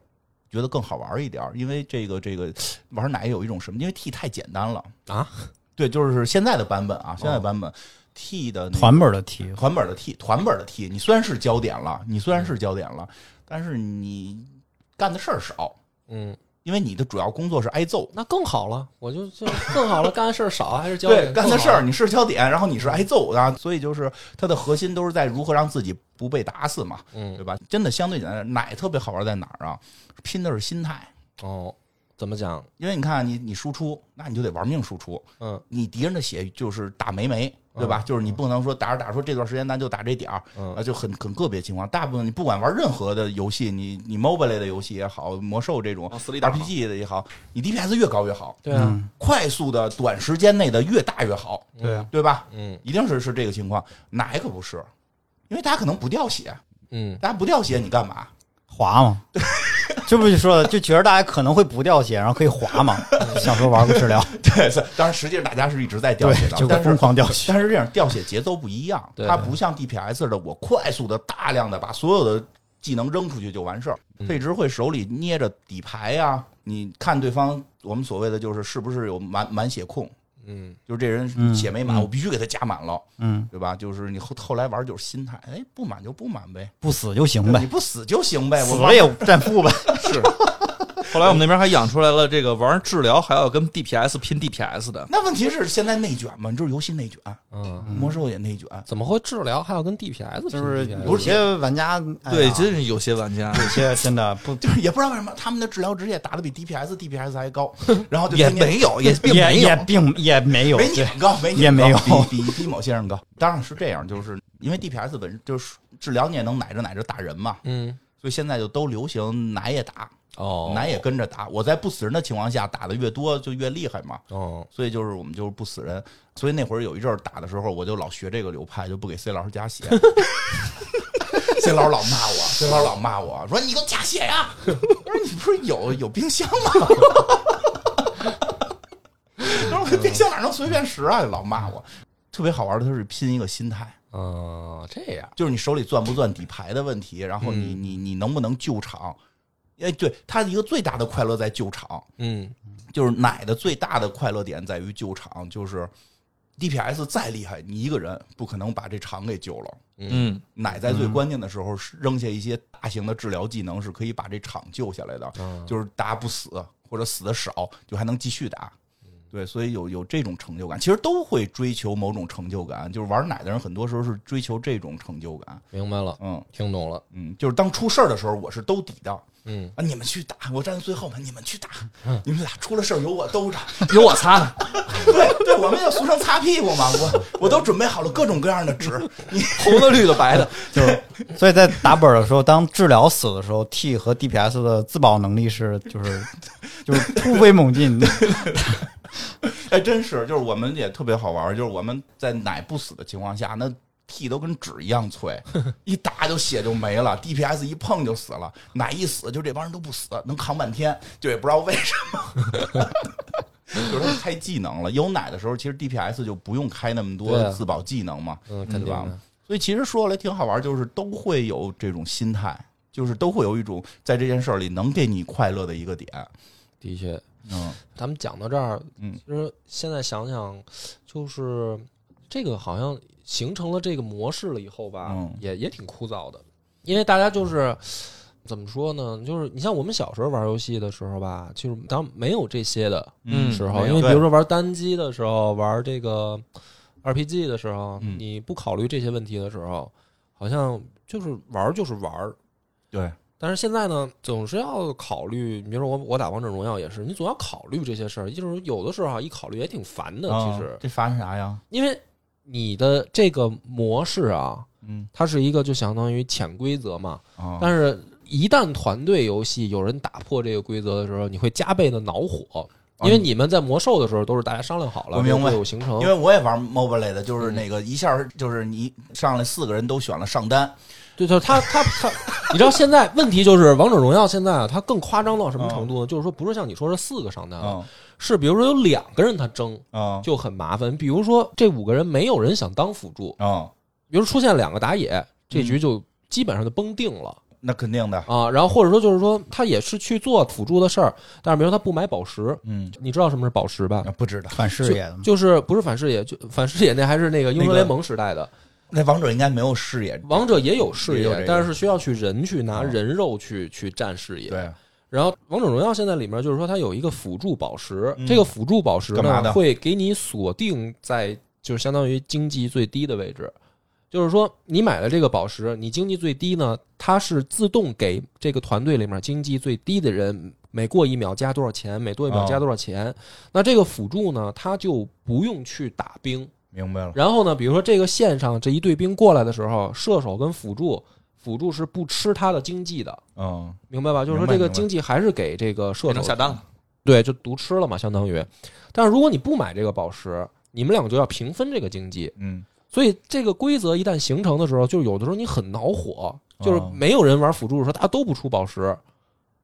Speaker 1: 觉得更好玩一点儿，因为这个这个玩奶有一种什么？因为 T 太简单了
Speaker 3: 啊！
Speaker 1: 对，就是现在的版本啊，现在版本、T 的那个
Speaker 4: 团本的题，
Speaker 1: 团本的 T，团本的 T，你虽然是焦点了，你虽然是焦点了，但是你干的事儿少，
Speaker 3: 嗯，
Speaker 1: 因为你的主要工作是挨揍。
Speaker 3: 那更好了，我就就更好了，干的事儿少还是交
Speaker 1: 对，干的事儿你是焦点，然后你是挨揍的，啊所以就是它的核心都是在如何让自己不被打死嘛，
Speaker 3: 嗯
Speaker 1: 对吧？真的相对简单，奶特别好玩在哪儿啊？拼的是心态，
Speaker 3: 哦，怎么讲？
Speaker 1: 因为你看你你输出，那你就得玩命输出，
Speaker 3: 嗯
Speaker 1: 你敌人的血就是打没没，对吧？就是你不能说打着打着说这段时间咱就打这点儿，
Speaker 3: 嗯
Speaker 1: 啊，就很很个别情况。大部分你不管玩任何的游戏，你你 MOBA 类的游戏也好，魔兽这种
Speaker 5: 往死里打嘛
Speaker 1: RPG 的也好，你 DPS 越高越好，
Speaker 3: 对啊，
Speaker 1: 快速的短时间内的越大越好，
Speaker 4: 对啊，
Speaker 1: 对吧？
Speaker 3: 嗯
Speaker 1: 一定是是这个情况，哪可不是？因为大家可能不掉血，
Speaker 3: 嗯，
Speaker 1: 大家不掉血你干嘛？
Speaker 4: 滑嘛，这不就说了，就觉得大家可能会不掉血，然后可以滑嘛，想说玩个治疗，
Speaker 1: 对，是当然实际上大家是一直在掉血的
Speaker 4: 对，就
Speaker 1: 但是
Speaker 4: 疯狂掉血
Speaker 1: 但是这样掉血节奏不一样，
Speaker 3: 对
Speaker 1: 它不像 DPS 的，我快速的大量的把所有的技能扔出去就完事儿。它一直会手里捏着底牌呀、你看对方，我们所谓的就是是不是有满满血控，
Speaker 3: 嗯，
Speaker 1: 就是这人
Speaker 4: 嗯
Speaker 1: 血没满，
Speaker 4: 嗯
Speaker 1: 我必须给他加满了，
Speaker 4: 嗯，
Speaker 1: 对吧？就是你后后来玩就是心态，哎，不满就不满呗，
Speaker 4: 不死就行
Speaker 1: 你
Speaker 4: 呗，
Speaker 1: 不死就行呗，
Speaker 4: 死
Speaker 1: 我
Speaker 4: 了 也战负呗，
Speaker 1: 是。
Speaker 5: 后来我们那边还养出来了这个玩治疗，还要跟 DPS 拼 DPS 的，
Speaker 1: 那问题是现在内卷嘛，你就是游戏内卷，
Speaker 3: 嗯，
Speaker 1: 魔兽也内卷，
Speaker 3: 怎么会治疗还要跟 DPS 拼
Speaker 4: 就是
Speaker 3: DPS
Speaker 4: 有些玩家，哎呀
Speaker 5: 对，真是有些玩家
Speaker 4: 有些真的不
Speaker 1: 就是也不知道为什么他们的治疗职业打的比 DPS、DPS 还高，然后就
Speaker 5: 也
Speaker 1: 天天
Speaker 5: 没 有，也并
Speaker 4: 也
Speaker 5: 没有
Speaker 4: 也。并也没有，
Speaker 1: 没你
Speaker 4: 对
Speaker 1: 们高，没你
Speaker 4: 也
Speaker 1: 们
Speaker 4: 没有
Speaker 1: 高比比比某些人高。当然是这样，就是因为 DPS 本身就是治疗，你也能奶着奶着打人嘛，
Speaker 3: 嗯
Speaker 1: 所以现在就都流行奶也打，
Speaker 3: 哦
Speaker 1: 奶也跟着打。我在不死人的情况下打的越多就越厉害嘛。
Speaker 3: 哦
Speaker 1: 所以就是我们就是不死人，所以那会儿有一阵儿打的时候，我就老学这个流派，就不给 C 老师加血。C 老师老骂我，C 老师老骂我说：“你给我加血呀！” 我说：“你不是有有冰箱吗？” 他说：“我冰箱哪能随便拾啊？”老骂我。特别好玩的，它是拼一个心态，
Speaker 3: 嗯这样
Speaker 1: 就是你手里攥不攥底牌的问题，然后你
Speaker 3: 嗯
Speaker 1: 你你能不能救场？哎，对，它一个最大的快乐在救场，
Speaker 3: 嗯
Speaker 1: 就是奶的最大的快乐点在于救场，就是 DPS 再厉害，你一个人不可能把这场给救了。
Speaker 5: 嗯，
Speaker 1: 奶在最关键的时候是扔下一些大型的治疗技能，是可以把这场救下来的，就是大家不死或者死的少，就还能继续打。对，所以有有这种成就感，其实都会追求某种成就感，就是玩奶的人很多时候是追求这种成就感。
Speaker 3: 明白了，
Speaker 1: 嗯
Speaker 3: 听懂了，
Speaker 1: 嗯，就是当出事儿的时候，我是兜底的
Speaker 3: 嗯，
Speaker 1: 啊，你们去打，我站在最后面，你们去打，你们俩出了事儿有我兜着。
Speaker 3: 有我擦的，
Speaker 1: 对对，我们就俗称擦屁股嘛，我我都准备好了各种各样的纸， 你
Speaker 3: 红的、绿的、白的，
Speaker 4: 就是，所以在打本的时候，当治疗死的时候，T 和 DPS 的自保能力是就是就是突飞猛进的。
Speaker 1: 哎，真是，就是我们也特别好玩儿，就是我们在奶不死的情况下，那 T 都跟纸一样脆，一打就血就没了，DPS 一碰就死了，奶一死就这帮人都不死，能扛半天，就也不知道为什么。 就是他开技能了，有奶的时候，其实 DPS 就不用开那么
Speaker 3: 对
Speaker 1: 多
Speaker 3: 啊
Speaker 1: 自保技能嘛，
Speaker 3: 嗯，肯定
Speaker 1: 对吧
Speaker 3: 的，
Speaker 1: 所以其实说来挺好玩，就是都会有这种心态，就是都会有一种在这件事儿里能给你快乐的一个点。
Speaker 3: 的确。
Speaker 1: 嗯
Speaker 3: 咱们讲到这儿，
Speaker 1: 嗯，
Speaker 3: 其实现在想想，就是这个好像形成了这个模式了以后吧，
Speaker 1: 嗯
Speaker 3: 也也挺枯燥的，因为大家就是怎么说呢？就是你像我们小时候玩游戏的时候吧，就是当没有这些的
Speaker 5: 嗯
Speaker 3: 时候，
Speaker 1: 没有
Speaker 3: 因为
Speaker 1: 对
Speaker 3: 比如说玩单机的时候，玩这个 RPG 的时候，
Speaker 1: 嗯
Speaker 3: 你不考虑这些问题的时候，好像就是玩儿就是玩儿，
Speaker 1: 对，
Speaker 3: 但是现在呢，总是要考虑，你比如说我我打王者荣耀也是，你总要考虑这些事儿，就是有的时候啊，一考虑也挺烦的，
Speaker 1: 啊
Speaker 3: 其实，
Speaker 1: 这发生啥呀？
Speaker 3: 因为你的这个模式啊，
Speaker 1: 嗯
Speaker 3: 它是一个就相当于潜规则嘛，
Speaker 1: 啊，
Speaker 3: 但是一旦团队游戏有人打破这个规则的时候，你会加倍的恼火。因为你们在魔兽的时候都是大家商量好
Speaker 1: 啊
Speaker 3: 了，
Speaker 1: 我明白
Speaker 3: 队伍形成
Speaker 1: 因，为我也玩 MOBA 类的，
Speaker 3: 嗯
Speaker 1: 就是那个一下儿就是你上来四个人都选了上单，
Speaker 3: 对，就是他他他，你知道现在问题就是王者荣耀现在啊，它更夸张到什么程度呢？就是说不是像你说是四个上单了，啊
Speaker 1: 嗯
Speaker 3: 是比如说有两个人他争
Speaker 1: 嗯
Speaker 3: 就很麻烦。比如说这五个人没有人想当辅助，
Speaker 1: 嗯，
Speaker 3: 比如出现两个打野，这局就基本上就崩定了
Speaker 1: 那肯定的，
Speaker 3: 啊。然后或者说就是说他也是去做辅助的事儿，但是比如他不买宝石，
Speaker 1: 嗯，
Speaker 3: 你知道什么是宝石吧？
Speaker 1: 啊不知道
Speaker 4: 反哦视野的嘛，
Speaker 3: 就是不是反视野，就反视野那还是那个英雄联盟时代的
Speaker 1: 那王者应该没有视野，
Speaker 3: 王者也有视
Speaker 1: 也有
Speaker 3: 野
Speaker 1: 这，个
Speaker 3: 但是需要去人去拿
Speaker 1: 啊
Speaker 3: 人肉去去占视野。
Speaker 1: 对，
Speaker 3: 然后王者荣耀现在里面就是说它有一个辅助宝石，
Speaker 5: 嗯
Speaker 3: 这个辅助宝石
Speaker 1: 干嘛
Speaker 3: 呢
Speaker 1: 的
Speaker 3: 会给你锁定在就是相当于经济最低的位置，就是说你买了这个宝石，你经济最低呢，它是自动给这个团队里面经济最低的人。每过一秒加多少钱？每
Speaker 1: 哦
Speaker 3: 多一秒加多少钱？那这个辅助呢，他就不用去打兵。
Speaker 1: 明白了，
Speaker 3: 然后呢，比如说这个线上这一队兵过来的时候，射手跟辅助，辅助是不吃他的经济的，
Speaker 1: 嗯，
Speaker 3: 明白吧？就是说
Speaker 1: 明白
Speaker 3: 这个
Speaker 1: 明白
Speaker 3: 经济还是给这个射
Speaker 5: 变
Speaker 3: 手
Speaker 5: 成下单了，
Speaker 3: 对，就毒吃了嘛，相当于。但是如果你不买这个宝石，你们两个就要平分这个经济。
Speaker 1: 嗯，
Speaker 3: 所以这个规则一旦形成的时候，就有的时候你很恼火，就是
Speaker 1: 哦
Speaker 3: 没有人玩辅助的时候，大家都不出宝石，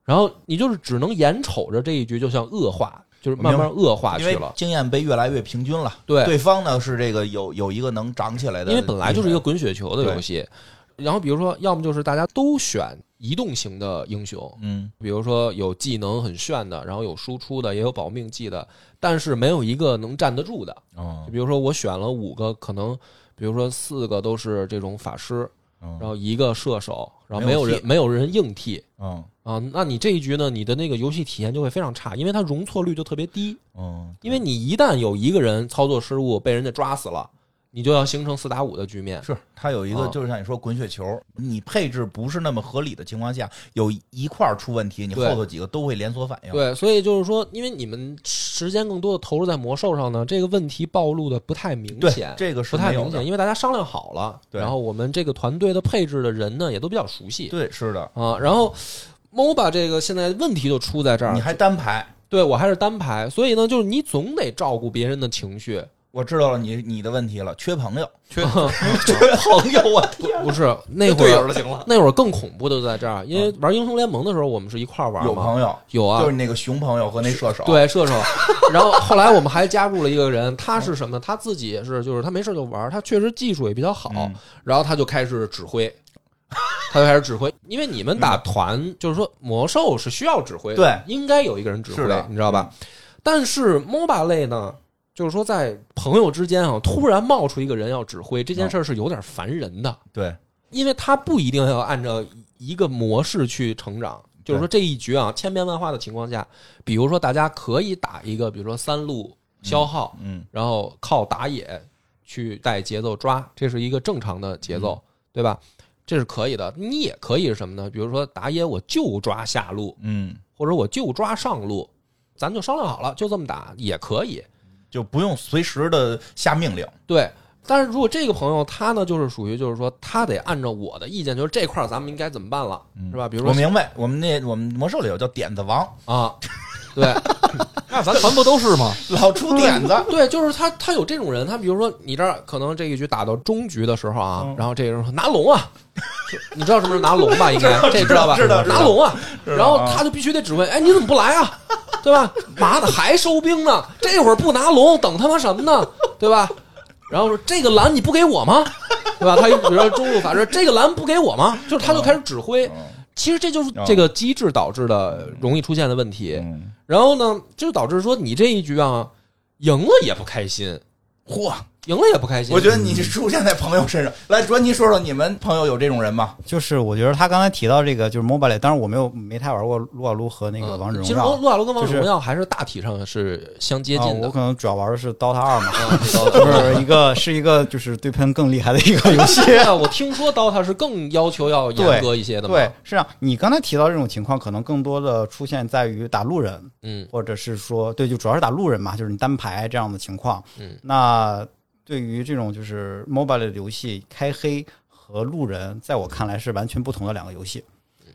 Speaker 3: 然后你就是只能眼瞅着这一局就像恶化，就是慢慢恶化
Speaker 1: 因
Speaker 3: 去
Speaker 1: 为
Speaker 3: 了。
Speaker 1: 经验被越来越平均了，
Speaker 3: 对
Speaker 1: 对方呢是这个有有一个能长起来的，
Speaker 3: 因为本来就是一个，滚雪球的游戏。然后比如说，要么就是大家都选移动型的英雄，
Speaker 1: 嗯，
Speaker 3: 比如说有技能很炫的，然后有输出的，也有保命技的，但是没有一个能站得住的。
Speaker 1: 哦
Speaker 3: 就，比如说我选了五个，可能比如说四个都是这种法师，
Speaker 1: 然
Speaker 3: 然后一个射手，然后
Speaker 1: 嗯没
Speaker 3: 没
Speaker 1: 有
Speaker 3: 有人
Speaker 1: 替
Speaker 3: 没有人硬替
Speaker 1: 嗯
Speaker 3: 啊，那你这一局呢，你的那个游戏体验就会非常差，因为它容错率就特别低。
Speaker 1: 嗯，
Speaker 3: 因为你一旦有一个人操作失误被人家抓死了，你就要形成四打五的局面。
Speaker 1: 是它有一
Speaker 3: 啊
Speaker 1: 个，就是像你说滚雪球，你配置不是那么合理的情况下，有一块儿出问题，你
Speaker 3: 对
Speaker 1: 后头几个都会连锁反应。，
Speaker 3: 对，所以就是说，因为你们时间更多的投入在魔兽上呢，这个问题暴露的不太明
Speaker 1: 对
Speaker 3: 显，，
Speaker 1: 这个是
Speaker 3: 不太
Speaker 1: 没有
Speaker 3: 明
Speaker 1: 的
Speaker 3: 显，因为大家商量好了，
Speaker 1: 对
Speaker 3: 然后我们这个团队的配置的人呢也都比较熟悉，
Speaker 1: 对，是的，
Speaker 3: 啊，然后 MOBA 这个现在问题就出在这
Speaker 1: 你
Speaker 3: 儿，
Speaker 1: 还单排。
Speaker 3: 对我还是单排，所以呢，就是你总得照顾别人的情绪，啊
Speaker 1: 我知道了你你的问题了，缺朋友，
Speaker 5: 缺
Speaker 1: 缺朋友，我
Speaker 3: 不不是那会
Speaker 5: 队友
Speaker 3: 儿
Speaker 5: 就行了。
Speaker 3: 那会儿更恐怖的就在这儿，因为玩英雄联盟的时候，我们是一块儿玩
Speaker 1: 有
Speaker 3: 嘛，
Speaker 1: 朋友，
Speaker 3: 有啊
Speaker 1: 就是，你那个熊朋友和那射手，，
Speaker 3: 对射手，然后后来我们还加入了一个人，他是什么呢？他自己也是，就是他没事就玩，他确实技术也比较好，
Speaker 1: 嗯
Speaker 3: 然后他就开始指挥。他就开始指挥，因为你们打团，就是说魔兽是需要指挥
Speaker 1: 嗯
Speaker 3: 的，
Speaker 1: 对
Speaker 3: 应该有一个人指挥
Speaker 1: 是的，嗯
Speaker 3: 你知道吧？但是 MOBA 类呢，就是说在朋友之间啊，突然冒出一个人要指挥
Speaker 1: 嗯
Speaker 3: 这件事儿是有点烦人的，
Speaker 1: 对，
Speaker 3: 因为他不一定要按照一个模式去成长。就是说这一局啊，千变万化的情况下，比如说大家可以打一个，比如说三路消耗，
Speaker 1: 嗯
Speaker 3: 然后靠打野去带节奏抓，这是一个正常的节
Speaker 1: 嗯
Speaker 3: 奏，对吧？这是可以的。你也可以是什么呢？比如说打野我就抓下路，
Speaker 1: 嗯，
Speaker 3: 或者我就抓上路，咱就商量好了，就这么打也可以。
Speaker 1: 就不用随时的下命令，
Speaker 3: 对，但是如果这个朋友他呢，就是属于就是说他得按照我的意见，就是这块儿咱们应该怎么办了，是吧？比如
Speaker 1: 嗯我
Speaker 3: 说
Speaker 1: 明白，我们那我们魔兽里有叫点子王，
Speaker 3: 啊， 对，那咱全部
Speaker 5: 不都是吗？
Speaker 1: 老 出点子，
Speaker 3: 对，就是他，他有这种人，他比如说你这儿可能这一局打到中局的时候啊，
Speaker 1: 嗯
Speaker 3: 然后这个人说拿 龙啊，你知道什么是拿龙吧？应该这知道吧？
Speaker 1: 知道知道
Speaker 3: 拿龙啊，
Speaker 1: 知道
Speaker 3: 然后他就必须得指挥，哎，你怎么不来啊？对吧？妈的，还收兵呢？这会儿不拿龙，等他妈什么呢？对吧？然后说这个蓝你不给我吗？对吧？他比如说中路法师，这个蓝不给我吗？就是他就开始指挥。
Speaker 1: 嗯
Speaker 3: 其实这就是这个机制导致的
Speaker 4: 嗯
Speaker 3: 容易出现的问题。
Speaker 1: 嗯，
Speaker 3: 然后呢，这就导致说你这一局啊，赢了也不开心，
Speaker 1: 嚯，
Speaker 3: 赢了也不开心。
Speaker 1: 我觉得你是出现在朋友身上。来，卓尼说说你们朋友有这种人吗？
Speaker 4: 就是我觉得他刚才提到这个，就是 MOBA 类，当然我没有没太玩过撸啊撸和那个
Speaker 3: 嗯
Speaker 4: 王者荣
Speaker 3: 其实
Speaker 4: 耀
Speaker 3: 撸啊撸跟王者
Speaker 4: 就是
Speaker 3: 荣耀还是大体上是相接
Speaker 4: 啊，
Speaker 3: 近
Speaker 4: 我
Speaker 3: 的。
Speaker 4: 可能主要玩的是 DOTA 二嘛，
Speaker 3: 啊，
Speaker 4: 就是一个是一个就是对喷更厉害的一个游戏。
Speaker 3: 对啊，我听说 DOTA 是更要求要严格一些的嘛。
Speaker 4: 对，，是啊，你刚才提到这种情况，可能更多的出现在于打路人，
Speaker 3: 嗯
Speaker 4: 或者是说，对，就主要是打路人嘛，就是你单排这样的情况。
Speaker 3: 嗯，
Speaker 4: 那对于这种就是 MOBA 类的游戏，开黑和路人，在我看来是完全不同的两个游戏。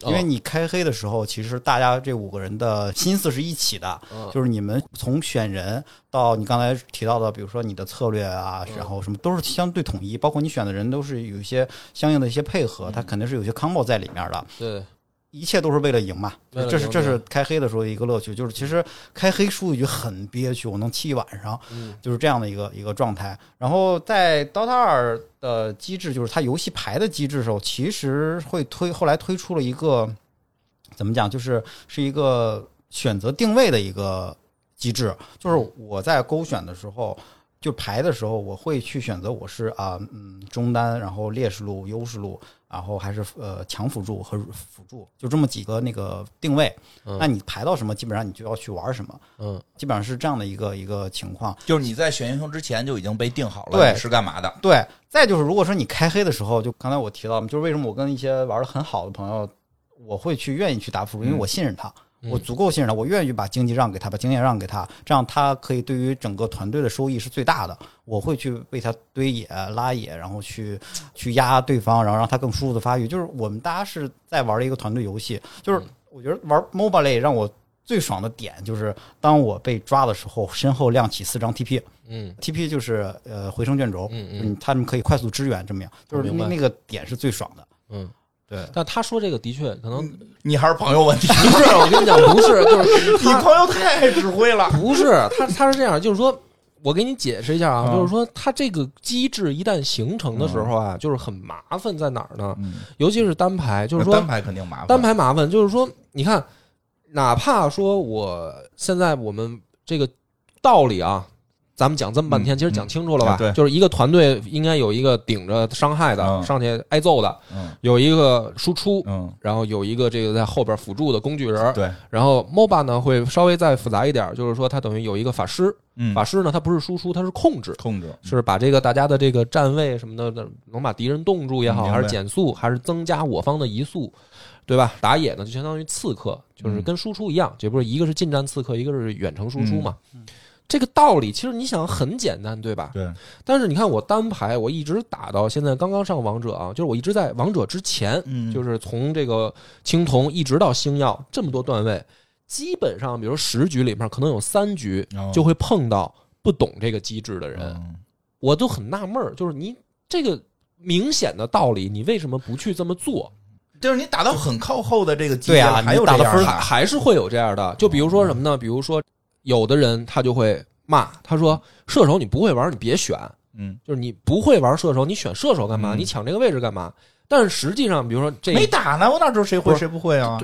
Speaker 4: 因为
Speaker 3: 哦
Speaker 4: 你开黑的时候，其实大家这五个人的心思是一起的，
Speaker 3: 嗯
Speaker 4: 就是你们从选人到你刚才提到的，比如说你的策略啊，
Speaker 3: 哦
Speaker 4: 然后什么都是相对统一，包括你选的人都是有一些相应的一些配
Speaker 3: 嗯
Speaker 4: 合，它肯定是有些 combo 在里面的。
Speaker 3: 对，
Speaker 4: 一切都是为了赢嘛，
Speaker 3: 为了赢
Speaker 4: 这是这是开黑的时候的一个乐趣，就是其实开黑输一局很憋屈，我能气一晚上，
Speaker 3: 嗯
Speaker 4: 就是这样的一个一个状态。然后在 DOTA 二的机制，就是它游戏牌的机制的时候，其实会推后来推出了一个怎么讲，就是是一个选择定位的一个机制，就是我在勾选的时候。就排的时候，我会去选择我是啊，嗯，中单，然后劣势路、优势路，然后还是呃强辅助和辅助，就这么几个那个定位。
Speaker 3: 嗯
Speaker 4: 那你排到什么，基本上你就要去玩什么，
Speaker 3: 嗯，
Speaker 4: 基本上是这样的一个一个情况。
Speaker 1: 就是你在选英雄之前就已经被定好了
Speaker 4: 对
Speaker 1: 你是干嘛的，
Speaker 4: 对，再就是如果说你开黑的时候，就刚才我提到嘛，就是为什么我跟一些玩的很好的朋友，我会去愿意去打辅助，因为我信任他。
Speaker 3: 嗯
Speaker 4: 我足够信任他，我愿意把经济让给他，把经验让给他，这样他可以对于整个团队的收益是最大的。我会去为他堆野、拉野，然后去去压对方，然后让他更舒服的发育。就是我们大家是在玩一个团队游戏，就是
Speaker 3: 嗯
Speaker 4: 我觉得玩 MOBA 类让我最爽的点就是，当我被抓的时候，身后亮起四张 TP，
Speaker 3: 嗯
Speaker 4: TP 就是呃回声卷轴，
Speaker 3: 嗯嗯
Speaker 4: 嗯，他们可以快速支援，这么样，就是
Speaker 3: 明白
Speaker 4: 那那个点是最爽的。
Speaker 3: 嗯。
Speaker 4: 对，
Speaker 3: 但他说这个的确可能
Speaker 1: 你还是朋友问题。
Speaker 3: 不是，我跟你讲不是，就是
Speaker 1: 你
Speaker 3: 他
Speaker 1: 朋友太指挥了，
Speaker 3: 不是他他是这样，就是说。我给你解释一下啊，
Speaker 1: 嗯
Speaker 3: 就是说它这个机制一旦形成的时候啊，就是很麻烦在哪儿呢？
Speaker 1: 嗯，
Speaker 3: 尤其是单排，就是说
Speaker 1: 单排肯定麻烦，
Speaker 3: 单排麻烦，就是说，你看，哪怕说我现在我们这个道理啊，咱们讲这么半天，
Speaker 1: 嗯
Speaker 3: 其实讲清楚了吧？
Speaker 1: 嗯对
Speaker 3: 就是一个团队应该有一个顶着伤害的、
Speaker 1: 嗯
Speaker 3: 上去挨揍的，
Speaker 1: 嗯
Speaker 3: 有一个输出，
Speaker 1: 嗯，
Speaker 3: 然后有一个这个在后边辅助的工具人儿。
Speaker 1: 对，
Speaker 3: 然后 MOBA 呢会稍微再复杂一点，就是说它等于有一个法师，
Speaker 1: 嗯，
Speaker 3: 法师呢它不是输出，它是控制。
Speaker 1: 控制
Speaker 3: 是把这个大家的这个站位什么的，能把敌人冻住也
Speaker 1: 嗯
Speaker 3: 好，
Speaker 1: 明白
Speaker 3: 还是减速，还是增加我方的移速，对吧？打野呢就相当于刺客，就是跟输出一样，这不是一个是近战刺客，一个是远程输出嘛。这个道理其实你想很简单，对吧？
Speaker 1: 嗯对，
Speaker 3: 但是你看我单排，我一直打到现在刚刚上王者啊，就是我一直在王者之前，
Speaker 1: 嗯
Speaker 3: 就是是从这个青铜一直到星耀这么多段位，基本上比如十局里面可能有三局
Speaker 1: 哦
Speaker 3: 就会碰到不懂这个机制的
Speaker 1: 嗯
Speaker 3: 人。我都很纳闷儿，就是你这个明显的道理，你为什么不去这么做？
Speaker 1: 就是你打到很靠后的这个级别，
Speaker 4: 对啊
Speaker 1: 还有
Speaker 4: 你打
Speaker 1: 这
Speaker 4: 到
Speaker 1: 样
Speaker 4: 分儿
Speaker 1: 的哦
Speaker 3: 还还是会有这样的，就比如说什么呢？比如说有的人他就会骂，他说射手你不会玩，你别选，
Speaker 1: 嗯，
Speaker 3: 就是你不会玩射手，你选射手干嘛？
Speaker 1: 嗯
Speaker 3: 你抢这个位置干嘛？但是实际上，比如说这
Speaker 1: 没打呢，我哪知道谁
Speaker 3: 不
Speaker 1: 会
Speaker 3: 是
Speaker 1: 谁不会啊？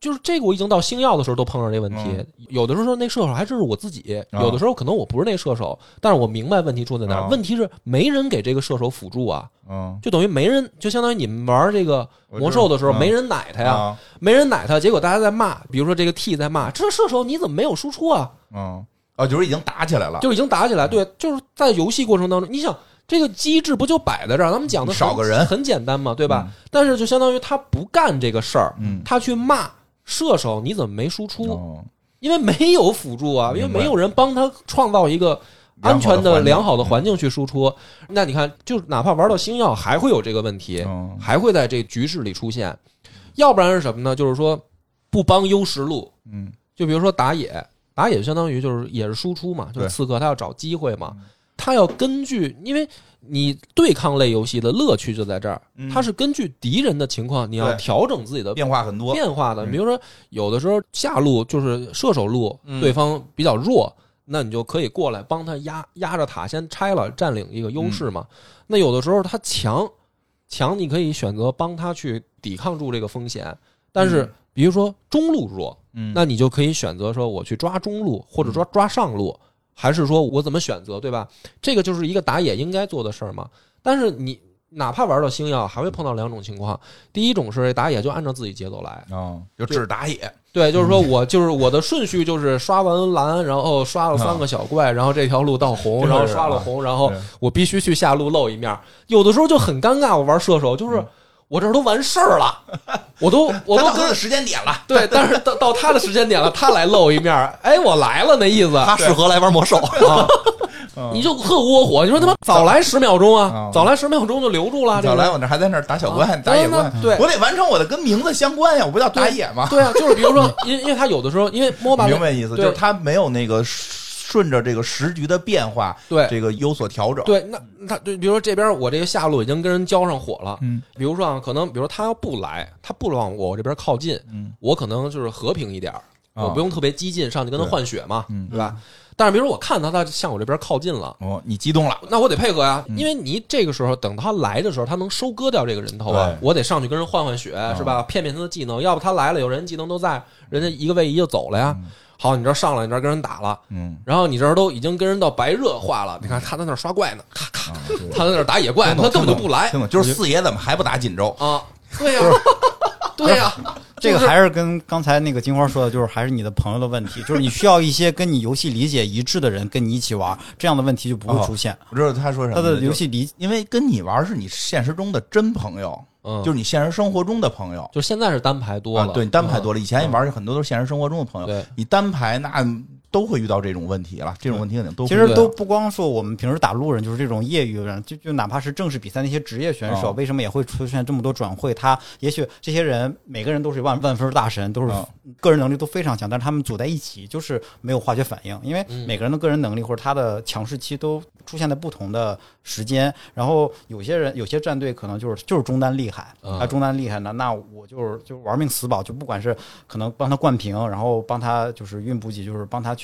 Speaker 3: 就是这个，我已经到星耀的时候都碰上这问题。
Speaker 1: 嗯
Speaker 3: 有的时候那射手还真是我自己，
Speaker 1: 啊
Speaker 3: 有的时候可能我不是那射手，但是我明白问题出在哪儿。
Speaker 1: 啊
Speaker 3: 问题是没人给这个射手辅助啊。
Speaker 1: 嗯，
Speaker 3: 就等于没人，就相当于你们玩这个魔兽的时候
Speaker 1: 我知道
Speaker 3: 没人奶
Speaker 5: 哎
Speaker 3: 他呀，
Speaker 1: 啊，
Speaker 3: 没人奶他，结果大家在骂，比如说这个 T 在骂，这射手你怎么没有输出啊？
Speaker 1: 嗯，哦，就是已经打起来了，
Speaker 3: 就已经打起来。对，就是在游戏过程当中，你想这个机制不就摆在这儿？咱们讲的很
Speaker 1: 少个人
Speaker 3: 很简单嘛，对吧？但是就相当于他不干这个事儿，
Speaker 1: 嗯
Speaker 3: 他去骂射手，你怎么没输出？
Speaker 1: 哦
Speaker 3: 因为没有辅助啊，因为
Speaker 1: 明白
Speaker 3: 没有人帮他创造一个安全的、良
Speaker 1: 良
Speaker 3: 好
Speaker 1: 好的
Speaker 3: 的环
Speaker 1: 环
Speaker 3: 境去输
Speaker 1: 嗯
Speaker 3: 出。那你看，就是哪怕玩到星耀，还会有这个问题，
Speaker 1: 哦
Speaker 3: 还会在这局势里出现。要不然是什么呢？就是说不帮优势路，
Speaker 1: 嗯
Speaker 3: 就比如说打野，打野相当于就是也是输出嘛，就
Speaker 1: 对嗯
Speaker 3: 是刺客他要找机会嘛，他要根据，因为你对抗类游戏的乐趣就在这儿，
Speaker 1: 嗯
Speaker 3: 他是根据敌人的情况，你要
Speaker 1: 对
Speaker 3: 调整自己的
Speaker 1: 变化很多，
Speaker 3: 变化的。
Speaker 1: 嗯
Speaker 3: 比如说，有的时候下路就是射手路，
Speaker 5: 嗯
Speaker 3: 对方比较弱，那你就可以过来帮他压压着塔，先拆了，占领一个优势
Speaker 1: 嗯
Speaker 3: 嘛。那有的时候他强，强你可以选择帮他去抵抗住这个风险，但是
Speaker 1: 嗯
Speaker 3: 比如说中路弱，
Speaker 1: 嗯
Speaker 3: 那你就可以选择说我去抓中路，或者抓抓上路，还是说我怎么选择，对吧？这个就是一个打野应该做的事儿嘛。但是你哪怕玩到星耀，还会碰到两种情况。第一种是打野就按照自己节奏来，
Speaker 5: 啊
Speaker 1: 哦，就只打野，
Speaker 3: 对，就是
Speaker 1: 嗯
Speaker 3: 说我就是我的顺序就是刷完蓝，然后哦刷了三个小怪，然后这条路到红，
Speaker 1: 啊真
Speaker 3: 然后
Speaker 1: 是
Speaker 3: 刷了
Speaker 1: 啊
Speaker 3: 红，然后
Speaker 1: 对
Speaker 3: 我必须去下路露一面。有的时候就很尴尬，我玩射手就是。我这儿都完事儿了，我都
Speaker 1: 嗯他
Speaker 3: 我都
Speaker 1: 到
Speaker 3: 跟
Speaker 1: 他的时间点 了，
Speaker 3: 对，但是到到他的时间点了，他来露一面儿，哎，我来了那意思
Speaker 5: 他适合来玩魔兽，
Speaker 3: 啊，
Speaker 1: 嗯
Speaker 3: 你就特窝火，你说他妈早来十秒钟啊
Speaker 1: 啊，
Speaker 3: 早来十秒钟就留住了，这
Speaker 1: 早
Speaker 3: 个
Speaker 1: 来我那还在那儿打小怪，打野怪
Speaker 3: 啊，对
Speaker 1: 我得完成我的跟名字相关呀，我不叫打野吗？
Speaker 3: 对啊，就是比如说，因因为他有的时候因为 MOBA
Speaker 1: 明白意思，就
Speaker 3: 对
Speaker 1: 是他没有那个顺着这个时局的变化，
Speaker 3: 对
Speaker 1: 这个有所调整，
Speaker 3: 对，那他对，比如说这边我这个下路已经跟人交上火了，
Speaker 1: 嗯，
Speaker 3: 比如说啊，可能比如说他要不来，他不往我这边靠近，
Speaker 1: 嗯，
Speaker 3: 我可能就是和平一点儿，
Speaker 1: 啊
Speaker 3: 我不用特别激进上去跟他
Speaker 1: 对
Speaker 3: 换血嘛，
Speaker 1: 嗯
Speaker 3: 对吧？但是比如说我看他他向我这边靠近了。
Speaker 1: 哦，你激动了，
Speaker 3: 那我得配合
Speaker 1: 嗯
Speaker 3: 呀，因为你这个时候等他来的时候，他能收割掉这个人头啊
Speaker 1: 对，啊
Speaker 3: 我得上去跟人换换血，是吧？骗骗他的技能，要不他来了，有人技能都在，人家一个位移就走了呀。好，你这儿上来，你这儿跟人打了，
Speaker 1: 嗯，
Speaker 3: 然后你这儿都已经跟人到白热化了，你看他在那儿刷怪呢，咔咔，
Speaker 1: 啊
Speaker 3: 他在那儿打野怪，他根本就不来
Speaker 1: 听懂？就是四爷怎么还不打锦州？
Speaker 3: 啊！ 对呀、对呀、
Speaker 4: 这个
Speaker 3: 就是
Speaker 4: 还是跟刚才那个金花说的，就是还是你的朋友的问题，就是你需要一些跟你游戏理解一致的人跟你一起玩，这样的问题就不会出现。
Speaker 1: 我知道他说什
Speaker 4: 他
Speaker 1: 么
Speaker 4: 的
Speaker 1: 了，
Speaker 4: 游
Speaker 1: 哦就是
Speaker 4: 戏理
Speaker 1: 因为跟你玩是你现实中的真朋友，
Speaker 3: 嗯，
Speaker 1: 就是你现实生活中的朋友。
Speaker 3: 就现在是单排多
Speaker 1: 啊
Speaker 3: 了，，嗯
Speaker 1: 对你单排多了，以嗯前玩很多都是现实生活中的朋友
Speaker 3: 对，
Speaker 1: 你单排那都会遇到这种问题了，这种问题肯定都会啊
Speaker 4: 其实都不光说我们平时打路人，就是这种业余人，就就哪怕是正式比赛那些职业选手，
Speaker 1: 哦
Speaker 4: 为什么也会出现这么多转会？他也许这些人每个人都是万万分大神，都是
Speaker 1: 哦
Speaker 4: 个人能力都非常强，但是他们组在一起就是没有化学反应，因为
Speaker 3: 嗯
Speaker 4: 每个人的个人能力或者他的强势期都出现在不同的时间。然后有些人有些战队可能就是就是中单厉害，啊
Speaker 3: 嗯
Speaker 4: 他中单厉害呢，那我就是就玩命死保，就不管是可能帮他灌平，然后帮他就是运补给，就是帮他去。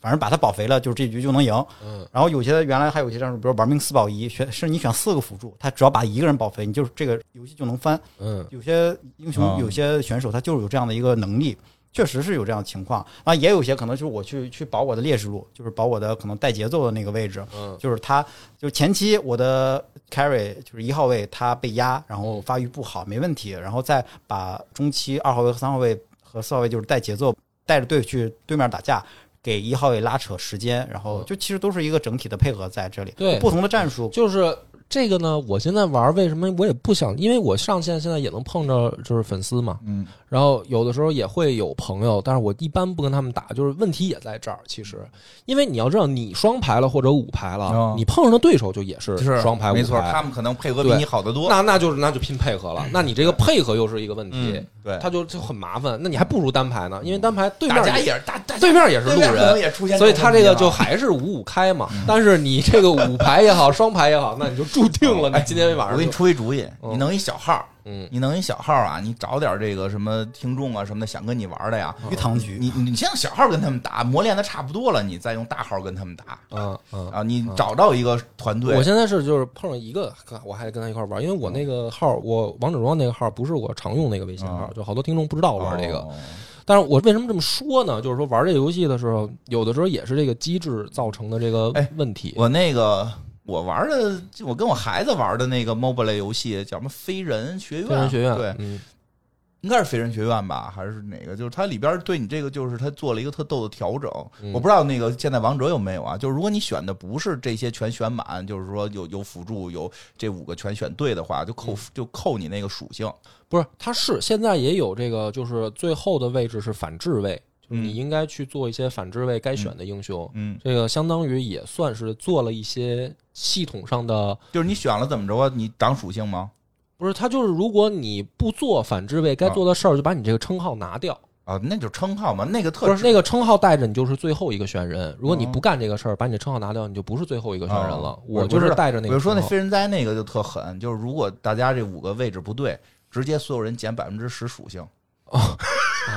Speaker 4: 反正把他保肥了，就是这局就能赢。
Speaker 3: 嗯，
Speaker 4: 然后有些原来还有一些战术，比如玩命四保一，选是你选四个辅助，他只要把一个人保肥，你就是这个游戏就能翻。
Speaker 3: 嗯，
Speaker 4: 有些英雄、
Speaker 1: 嗯
Speaker 4: 有些选手他就是有这样的一个能力，确实是有这样的情况。啊，也有些可能就是我去去保我的劣势路，就是保我的可能带节奏的那个位置，
Speaker 3: 嗯
Speaker 4: 就是他就是前期我的 carry 就是一号位他被压，然后发育不好没问题，然后再把中期二号位和三号位和四号位就是带节奏带着队去对面打架。给一号位拉扯时间，然后就其实都是一个整体的配合在这里。
Speaker 3: 嗯对
Speaker 4: 不同的战术，
Speaker 3: 就是这个呢。我现在玩，为什么我也不想？因为我上线现在也能碰着就是粉丝嘛，
Speaker 1: 嗯
Speaker 3: 然后有的时候也会有朋友，但是我一般不跟他们打，就是问题也在这儿。其实，因为你要知道，你双排了或者五排了，
Speaker 1: 嗯哦
Speaker 3: 你碰上的对手就也是
Speaker 1: 就是
Speaker 3: 双排五排，
Speaker 1: 没错，他们可能配合比
Speaker 3: 对
Speaker 1: 你好得多。嗯
Speaker 3: 那那就是那就拼配合了。那你这个配合又是一个问题，
Speaker 5: 嗯
Speaker 1: 对
Speaker 3: 他就就很麻烦。那你还不如单排呢，因为单排对
Speaker 1: 大家
Speaker 3: 面
Speaker 1: 也是大大
Speaker 3: 对面也是
Speaker 1: 对
Speaker 3: 路
Speaker 1: 面可能
Speaker 3: 人，
Speaker 1: 也出现种问题啊，嗯
Speaker 3: 所以他这个就还是五五开嘛。但是你这个五排也好，双排也好，那你就注定了，
Speaker 1: 哎
Speaker 3: 你今天晚
Speaker 1: 我
Speaker 3: 上
Speaker 1: 给
Speaker 3: 就
Speaker 1: 你出一主意，
Speaker 3: 嗯
Speaker 1: 你弄一小号，
Speaker 3: 嗯
Speaker 1: 你弄一小号啊，你找点这个什么听众啊什么的，想跟你玩的呀，
Speaker 3: 嗯
Speaker 4: 鱼塘局
Speaker 1: 你你先用小号跟他们打，磨练的差不多了，你再用大号跟他们打
Speaker 3: 嗯嗯。
Speaker 1: 啊。你找到一个团队，
Speaker 3: 我现在是就是碰上一个，我还得跟他一块儿玩，因为我那个号，我王者荣耀那个号不是我常用那个微信号
Speaker 1: 啊，
Speaker 3: 就好多听众不知道我玩这个。
Speaker 1: 哦
Speaker 3: 但是我为什么这么说呢？就是说玩这个游戏的时候，有的时候也是这个机制造成的这个
Speaker 1: 哎
Speaker 3: 问题。
Speaker 1: 我那个我玩的，我跟我孩子玩的那个 MOBA 类游戏叫什么？飞人学院，
Speaker 3: 飞人学院，
Speaker 1: 对，
Speaker 3: 嗯
Speaker 1: 应该是飞人学院吧，还是哪个？就是它里边对你这个，就是它做了一个特逗的调整。
Speaker 3: 嗯
Speaker 1: 我不知道那个现在王者有没有啊？就是如果你选的不是这些全选满，就是说有有辅助有这五个全选对的话，就
Speaker 3: 嗯
Speaker 1: 扣就扣你那个属性。
Speaker 3: 不是，它是现在也有这个，就是最后的位置是反制位，就是
Speaker 1: 嗯
Speaker 3: 你应该去做一些反制位该选的英雄。
Speaker 1: 嗯，
Speaker 3: 这个相当于也算是做了一些系统上的，
Speaker 1: 就是你选了怎么着啊？你挡属性吗？
Speaker 3: 不是它就是如果你不做反制位该做的事儿，就把你这个称号拿掉。
Speaker 1: 啊，那就称号嘛，那个特
Speaker 3: 不是那个称号带着你就是最后一个选人，如果你不干这个事儿，把你的称号拿掉，你就不是最后一个选人了
Speaker 1: 哦。
Speaker 3: 我
Speaker 1: 我
Speaker 3: 就
Speaker 1: 知
Speaker 3: 是
Speaker 1: 道
Speaker 3: 带着那
Speaker 1: 比
Speaker 3: 个称号。
Speaker 1: 如说那飞人哉那个就特狠，就是如果大家这五个位置不对，直接所有人减百分之十属性，
Speaker 3: 啊，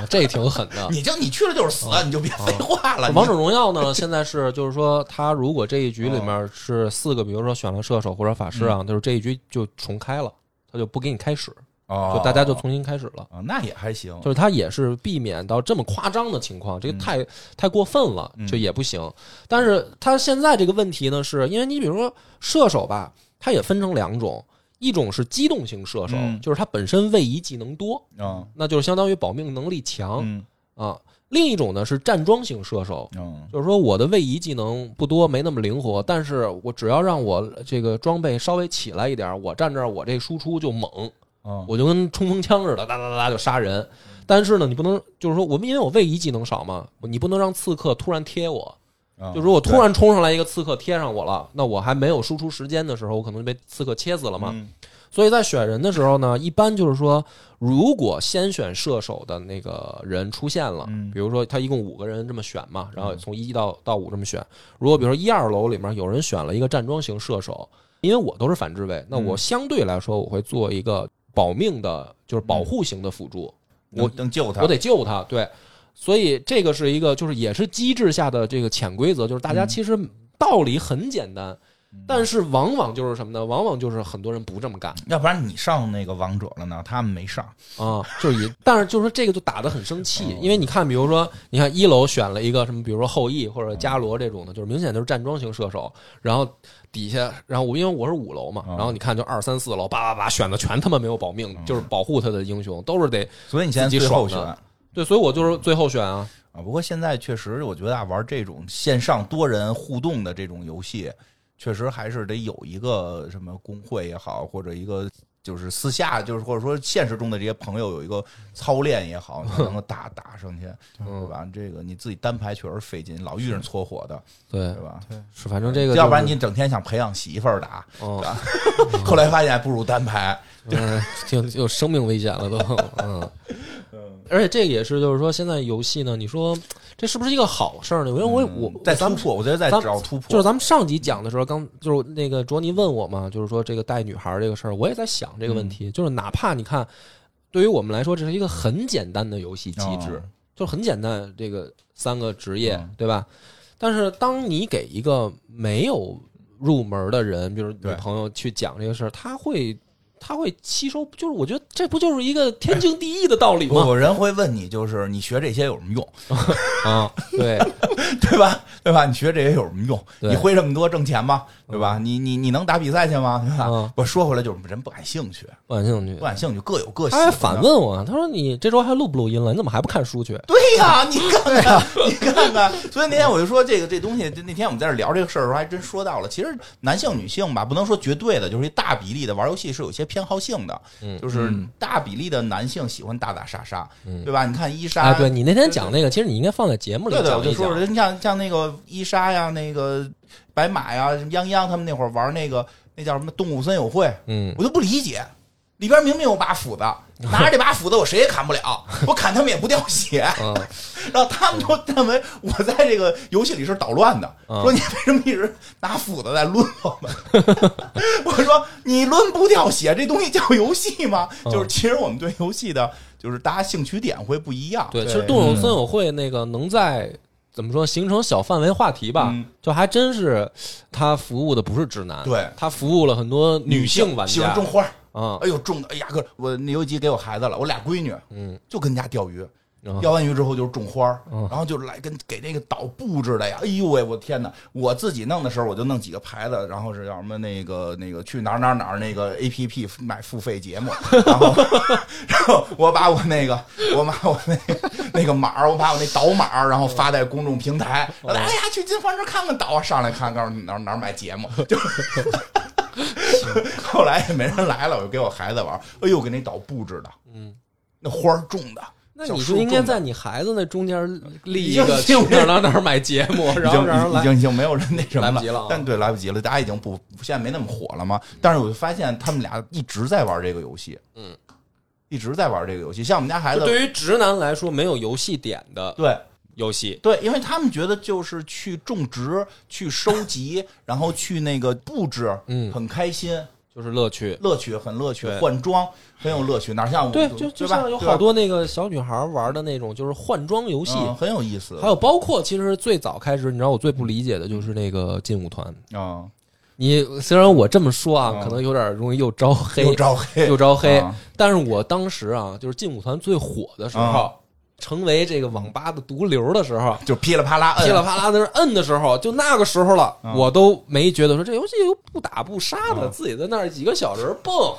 Speaker 3: 这挺狠的。
Speaker 1: 你就你去了就是死，你就别废话了。你
Speaker 3: 啊王者荣耀呢，现在是就是说，他如果这一局里面是四个，比如说选了射手或者法师
Speaker 1: 嗯
Speaker 3: 啊，就是这一局就重开了，他就不给你开始，
Speaker 1: 哦
Speaker 3: 就大家就重新开始了。
Speaker 1: 啊，那也还行，
Speaker 3: 就是他也是避免到这么夸张的情况，这个太、太过分了，
Speaker 1: 嗯
Speaker 3: 就也不行。但是他现在这个问题呢，是因为你比如说射手吧，它也分成两种，一种是机动型射手，
Speaker 1: 嗯
Speaker 3: 就是它本身位移技能多，
Speaker 1: 嗯
Speaker 3: 那就是相当于保命能力强、
Speaker 1: 嗯
Speaker 3: 啊；另一种呢是站桩型射手，
Speaker 1: 嗯
Speaker 3: 就是说我的位移技能不多，没那么灵活，但是我只要让我这个装备稍微起来一点，我站这儿我这输出就猛，
Speaker 1: 嗯，
Speaker 3: 我就跟冲锋枪似的，哒哒哒哒就杀人。但是呢，你不能就是说我们因为我位移技能少嘛，你不能让刺客突然贴我。
Speaker 1: 嗯
Speaker 3: 就如果突然冲上来一个刺客贴上我了，那我还没有输出时间的时候，我可能就被刺客切死了嘛。
Speaker 1: 嗯
Speaker 3: 所以在选人的时候呢，一般就是说，如果先选射手的那个人出现了，
Speaker 1: 嗯
Speaker 3: 比如说他一共五个人这么选嘛，然后从一到到五这么选。如果比如说一二楼里面有人选了一个站桩型射手，因为我都是反制位，那我相对来说我会做一个保命的，就是保护型的辅助，我
Speaker 1: 能能救他，
Speaker 3: 我得救他。对，所以这个是一个就是也是机制下的这个潜规则，就是大家其实道理很简单，但是往往就是什么呢？往往就是很多人不这么干。
Speaker 1: 要不然你上那个王者了呢，他们没上，
Speaker 3: 啊、就是以，但是就是说这个就打得很生气，
Speaker 1: 嗯
Speaker 3: 因为你看，比如说，你看一楼选了一个什么，比如说后羿或者
Speaker 1: 嗯
Speaker 3: 伽罗这种的，就是明显就是站桩型射手，然后底下，然后我因为我是五楼嘛，
Speaker 1: 嗯
Speaker 3: 然后你看就二三四楼，叭叭叭选的全他妈没有保命，就是保护他的英雄都是得
Speaker 1: 所以你现在
Speaker 3: 自己
Speaker 1: 最后
Speaker 3: 爽
Speaker 1: 选
Speaker 3: 的
Speaker 1: 啊。
Speaker 3: 对，所以我就是最后选啊，
Speaker 1: 不过现在确实，我觉得啊，玩这种线上多人互动的这种游戏，确实还是得有一个什么工会也好，或者一个。就是私下，就是或者说现实中的这些朋友有一个操练也好，你才能够 打打上去，对
Speaker 3: 嗯，
Speaker 1: 吧？这个你自己单排确实费劲，老遇上搓火的，
Speaker 3: 对
Speaker 1: 对，吧？
Speaker 3: 是反正这个、
Speaker 1: 要不然你，啊整天想培养媳妇儿打，
Speaker 3: 嗯，
Speaker 1: 后来发现不如单排。
Speaker 3: 嗯，就有生命危险了都，嗯。 而且这个也是，就是说，现在游戏呢，你说这是不是一个好事儿呢？因为我也我
Speaker 1: 在
Speaker 3: 咱
Speaker 1: 突
Speaker 3: 们。
Speaker 1: 破，我觉得在
Speaker 3: 咱
Speaker 1: 找突破，
Speaker 3: 就是咱们上集讲的时候，刚就是那个卓尼问我嘛，就是说这个带女孩儿这个事儿，我也在想这个问
Speaker 1: 嗯
Speaker 3: 题。就是哪怕你看，对于我们来说，这是一个很简单的游戏机制，
Speaker 1: 哦
Speaker 3: 就是很简单，这个三个职业，
Speaker 1: 嗯
Speaker 3: 对吧？但是当你给一个没有入门的人，比如女
Speaker 1: 对
Speaker 3: 朋友去讲这个事儿，他会他会吸收，就是我觉得这不就是一个天经地义的道理
Speaker 1: 不，
Speaker 3: 吗？
Speaker 1: 有人会问你，就是你学这些有什么用，
Speaker 3: 啊，对，
Speaker 1: 对吧？对吧？你学这些有什么用？
Speaker 3: 对
Speaker 1: 你会这么多挣钱吗？对吧？你你你能打比赛去吗？对
Speaker 3: 嗯
Speaker 1: 吧？我说回来就是人不感兴趣，
Speaker 3: 不感兴趣
Speaker 1: 不。感兴趣，各有各喜
Speaker 3: 他
Speaker 1: 欢
Speaker 3: 还
Speaker 1: 的。
Speaker 3: 反问我，他说：“你这周还录不录音了？你怎么还不看书去？”
Speaker 1: 对呀、你看看，
Speaker 3: 啊
Speaker 1: 你看看。所以那天我就说，这个这东西，那天我们在这聊这个事儿的时候，还真说到了。其实男性、女性吧，不能说绝对的，就是一大比例的玩游戏是有些偏好性的，
Speaker 3: 嗯
Speaker 1: 就是大比例的男性喜欢打打杀杀，
Speaker 3: 嗯
Speaker 1: 对吧？你看伊莎，
Speaker 3: 啊，对你那天讲那个，其实你应该放在节目里
Speaker 1: 对对，我
Speaker 3: 讲
Speaker 1: 就
Speaker 3: 一
Speaker 1: 说
Speaker 3: 讲
Speaker 1: 说，你像像那个伊莎呀，那个白马呀，什么泱泱他们那会儿玩那个那叫什么动物森友会，
Speaker 3: 嗯，
Speaker 1: 我就不理解，里边明明有把斧子，拿着这把斧子我谁也砍不 了，我砍他们也不掉血，
Speaker 3: 嗯
Speaker 1: 然后他们都认为我在这个游戏里是捣乱的，
Speaker 3: 嗯
Speaker 1: 说你为什么一直拿斧子在抡我们？ 我说你抡不掉血，这东西叫游戏吗？
Speaker 3: 嗯
Speaker 1: 就是其实我们对游戏的，就是大家兴趣点会不一样，
Speaker 3: 对，其
Speaker 1: 对
Speaker 3: 实动物森友会那个能在怎么说形成小范围话题吧
Speaker 1: 嗯，
Speaker 3: 就还真是他服务的不是直男，
Speaker 1: 对
Speaker 3: 他服务了很多性玩
Speaker 1: 喜欢
Speaker 3: 家
Speaker 1: 种花。
Speaker 3: 啊，
Speaker 1: 哎哎呦，种的，哎呀哥，我那有一集给我孩子了，我俩闺女，
Speaker 3: 嗯，
Speaker 1: 就跟家钓鱼，
Speaker 3: 嗯
Speaker 1: 钓完鱼之后就是种花儿
Speaker 3: 嗯
Speaker 1: 然后就来跟给这个岛布置的呀。哎呦喂，我天哪！我自己弄的时候，我就弄几个牌子，然后是叫什么那个那个去哪儿哪儿哪儿那个 A P P 买付费节目，然后 然后我把我那个我把我那个那个码儿，我把我那岛码儿，然后发在公众平台。
Speaker 3: 嗯
Speaker 1: 哎呀，去金花这看看岛啊，上来看，告诉你哪儿哪儿买节目，就是 后来也没人来了，我就给我孩子玩儿，哎呦，给那岛布置的，
Speaker 3: 嗯，
Speaker 1: 那花儿种的，
Speaker 3: 那
Speaker 1: 小
Speaker 3: 你
Speaker 1: 树
Speaker 3: 就应该
Speaker 1: 种的
Speaker 3: 在你孩子那中间立一
Speaker 1: 已
Speaker 3: 个
Speaker 1: 经
Speaker 3: 去哪儿哪儿哪儿买节目，
Speaker 1: 已
Speaker 3: 然后让人
Speaker 1: 经已
Speaker 3: 来。
Speaker 1: 经已经没有人那什么
Speaker 3: 来不及了啊
Speaker 1: 但对来不及了，大家已经不现在没那么火了嘛。但是我就发现他们俩一直在玩这个游戏，
Speaker 3: 嗯，
Speaker 1: 一直在玩这个游戏。像我们家孩
Speaker 3: 就
Speaker 1: 子，
Speaker 3: 对于直男来说，没有游戏点的
Speaker 1: 对
Speaker 3: 游戏，
Speaker 1: 对，因为他们觉得就是去种植、去收集，然后去那个布置，
Speaker 3: 嗯
Speaker 1: 很开心，
Speaker 3: 就是乐趣。
Speaker 1: 乐趣很乐趣，
Speaker 5: 对
Speaker 1: 换装很有乐趣，哪像我
Speaker 3: 对，
Speaker 1: 对
Speaker 3: 就就
Speaker 1: 吧
Speaker 3: 像有
Speaker 1: 对吧
Speaker 3: 好多那个小女孩玩的那种，就是换装游戏，
Speaker 1: 嗯很有意思
Speaker 3: 还有包括其实最早开始，你知道我最不理解的就是那个劲舞团。
Speaker 1: 啊，
Speaker 3: 你虽然我这么说啊，
Speaker 1: 嗯
Speaker 3: 可能有点容易又招黑，
Speaker 1: 又招黑
Speaker 3: 又招黑
Speaker 1: 啊
Speaker 3: 但是我当时啊，就是劲舞团最火的时候
Speaker 1: 啊，
Speaker 3: 成为这个网吧的毒瘤的时候，
Speaker 1: 就噼里啪啦摁
Speaker 3: 噼里啪啦在那摁的时候，就那个时候了，
Speaker 1: 嗯
Speaker 3: 我都没觉得说这游戏又不打不杀的，
Speaker 1: 嗯
Speaker 3: 自己在那儿几个小人蹦。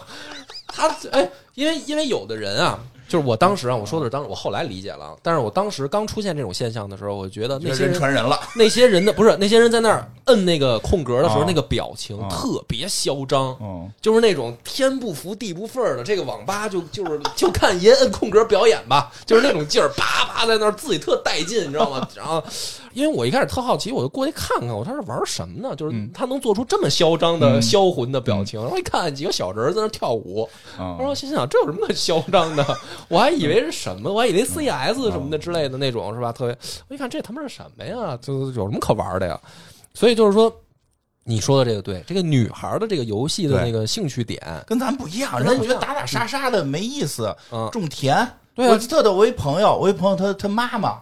Speaker 3: 他哎，因为因为有的人啊，就是我当时啊，我说的是当时，我后来理解了，啊但是我当时刚出现这种现象的时候，我觉得那
Speaker 1: 觉得
Speaker 3: 些
Speaker 1: 人
Speaker 3: 人
Speaker 1: 传人了，
Speaker 3: 那些人的不是那些人在那儿摁那个空格的时候，
Speaker 1: 啊
Speaker 3: 那个表情
Speaker 1: 啊
Speaker 3: 特别嚣张。
Speaker 1: 嗯，
Speaker 3: 就是那种天不服地不忿儿的，这个网吧就就是就看爷摁空格表演吧，就是那种劲儿，啪啪在那儿自己特带劲，你 知道吗？然后，因为我一开始特好奇，我就过去看看，我说他是玩什么呢？就是
Speaker 1: 嗯
Speaker 3: 他能做出这么嚣张的、
Speaker 1: 嗯
Speaker 3: 销魂的表情，然后一看几个小人儿在那儿跳舞，
Speaker 1: 嗯
Speaker 3: 然后心想这有什么可嚣张的？ 我还以为是什么，我还以为 CS 什么的之类的那种是吧？特别，我一看这他妈是什么呀？就是有什么可玩的呀？所以就是说，你说的这个对，这个女孩儿的这个游戏的
Speaker 1: 对
Speaker 3: 那个兴趣点，
Speaker 1: 跟咱不一样，
Speaker 3: 跟咱
Speaker 1: 人
Speaker 3: 不
Speaker 1: 家
Speaker 3: 一
Speaker 1: 觉
Speaker 3: 样
Speaker 1: 得打打杀杀的没意思，
Speaker 3: 嗯
Speaker 1: 种田。
Speaker 3: 对啊
Speaker 1: 我特的，我一朋友，我一朋友他他妈妈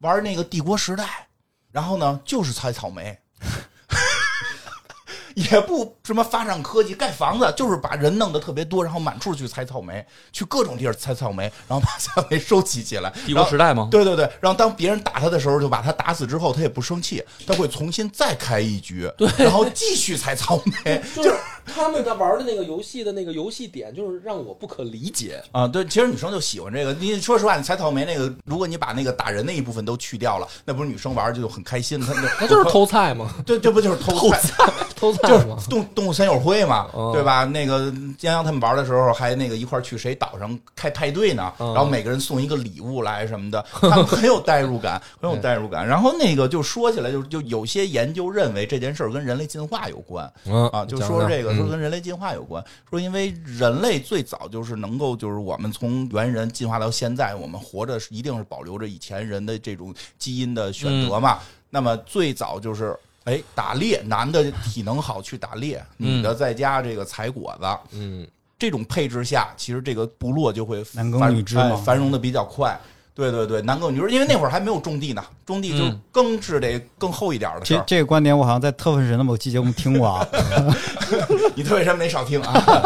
Speaker 1: 玩那个帝国时代，然后呢就是采草莓， 也不什么发展科技，盖房子就是把人弄得特别多，然后满处去采草莓，去各种地儿采草莓，然后把 草莓收集起来。
Speaker 5: 帝国时代吗？
Speaker 1: 对对对，然后当别人打他的时候，就把他打死之后，他也不生气，他会重新再开一局，然后继续采草 莓，
Speaker 3: 就是他们在玩的那个游戏的那个游戏点，就是让我不可理解。
Speaker 1: 啊，对，其实女生就喜欢这个。你说实话，你采草莓那个，如果你把那个打人那一部分都去掉了，那不是女生玩儿就很开心，她们
Speaker 3: 那就是偷菜嘛，
Speaker 1: 对，这不就是偷菜？
Speaker 3: 偷 菜
Speaker 1: 就是
Speaker 3: 嘛。
Speaker 1: 动动物森友会嘛
Speaker 3: 哦，
Speaker 1: 对吧？那个江阳他们玩的时候，还那个一块儿去谁岛上开派对呢，
Speaker 3: 嗯
Speaker 1: 然后每个人送一个礼物来什么的，他们很有代入感，很有代入感。然后那个就说起来，就就有些研究认为这件事儿跟人类进化有关，
Speaker 3: 嗯
Speaker 1: 啊，就
Speaker 3: 讲
Speaker 1: 说
Speaker 3: 讲
Speaker 1: 这个
Speaker 3: 嗯
Speaker 1: 说跟人类进化有关，说因为人类最早就是能够就是我们从猿人进化到现在，我们活着是一定是保留着以前人的这种基因的选择嘛。那么最早就是。哎，打猎，男的体能好去打猎，
Speaker 5: 嗯
Speaker 1: 女的在家这个采果子，
Speaker 3: 嗯，
Speaker 1: 这种配置下，其实这个部落就会
Speaker 4: 男耕
Speaker 1: 繁
Speaker 4: 女织嘛
Speaker 1: 哎繁荣的比较快。对对对，男耕女织，因为那会儿还没有种地呢，种地就是
Speaker 5: 嗯
Speaker 1: 耕是得更厚一点的事
Speaker 4: 这
Speaker 1: 儿。
Speaker 4: 这个观点我好像在特奋神的某期节目听 过啊，
Speaker 1: 你特别什么没少听 啊？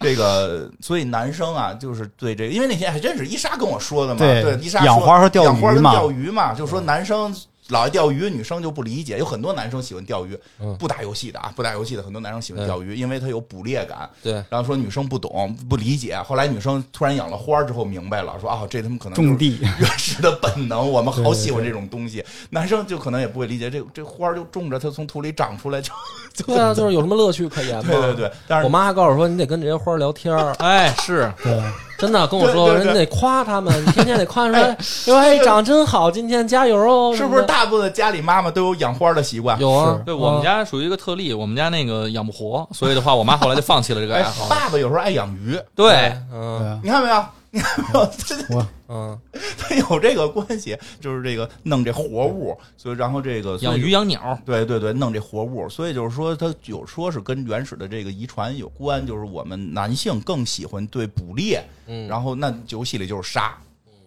Speaker 1: 这个，所以男生啊，就是对这个，因为那天还真是伊莎跟我说的嘛，
Speaker 4: 对
Speaker 1: 对，伊莎说
Speaker 4: 养花和钓鱼嘛
Speaker 1: 养
Speaker 4: 嗯
Speaker 1: 花跟钓鱼嘛，就说男生老爱钓鱼，女生就不理解，有很多男生喜欢钓鱼
Speaker 3: 嗯，
Speaker 1: 不打游戏的啊，不打游戏的很多男生喜欢钓鱼，因为他有捕猎感。
Speaker 3: 对，
Speaker 1: 然后说女生不懂不理解，后来女生突然养了花之后明白了，说啊，这他们可能就是
Speaker 4: 种地。
Speaker 1: 原始的本能，我们好喜欢这种东西。男生就可能也不会理解，这这花就种着，它从土里长出来就就
Speaker 3: 对啊，就是有什么乐趣可言吗？
Speaker 1: 对对。对， 但是
Speaker 3: 我妈还告诉我说，你得跟这些花儿聊天 儿，
Speaker 5: 哎，是
Speaker 4: 对，
Speaker 3: 真的跟我说，
Speaker 1: 对对
Speaker 3: 人
Speaker 1: 对
Speaker 3: 得夸他们，你天天得夸说，
Speaker 1: 哎
Speaker 3: 说哎，长真好，今天加油哦，
Speaker 1: 是不是
Speaker 3: 什么
Speaker 1: 大部分家里妈妈都有养花的习惯
Speaker 3: 的？？有啊
Speaker 4: 是？
Speaker 5: 对我们
Speaker 3: 啊
Speaker 5: 家属于一个特例，我们家那个养不活，所以的话，我妈后来就放弃了这个
Speaker 1: 哎
Speaker 5: 爱好，。
Speaker 1: 爸爸有时候爱养鱼，
Speaker 5: 对，
Speaker 3: 嗯
Speaker 4: 对
Speaker 1: 你看没有？你看没有？这
Speaker 4: 我
Speaker 3: 嗯，
Speaker 1: 它有这个关系，就是这个弄这活物，所以然后这个
Speaker 5: 养。
Speaker 1: 所
Speaker 5: 鱼
Speaker 1: 以
Speaker 5: 养鸟，
Speaker 1: 对对对，弄这活物，所以就是说，它有说是跟原始的这个遗传有关，就是我们男性更喜欢对捕猎，
Speaker 3: 嗯
Speaker 1: 然后那游戏里就是杀，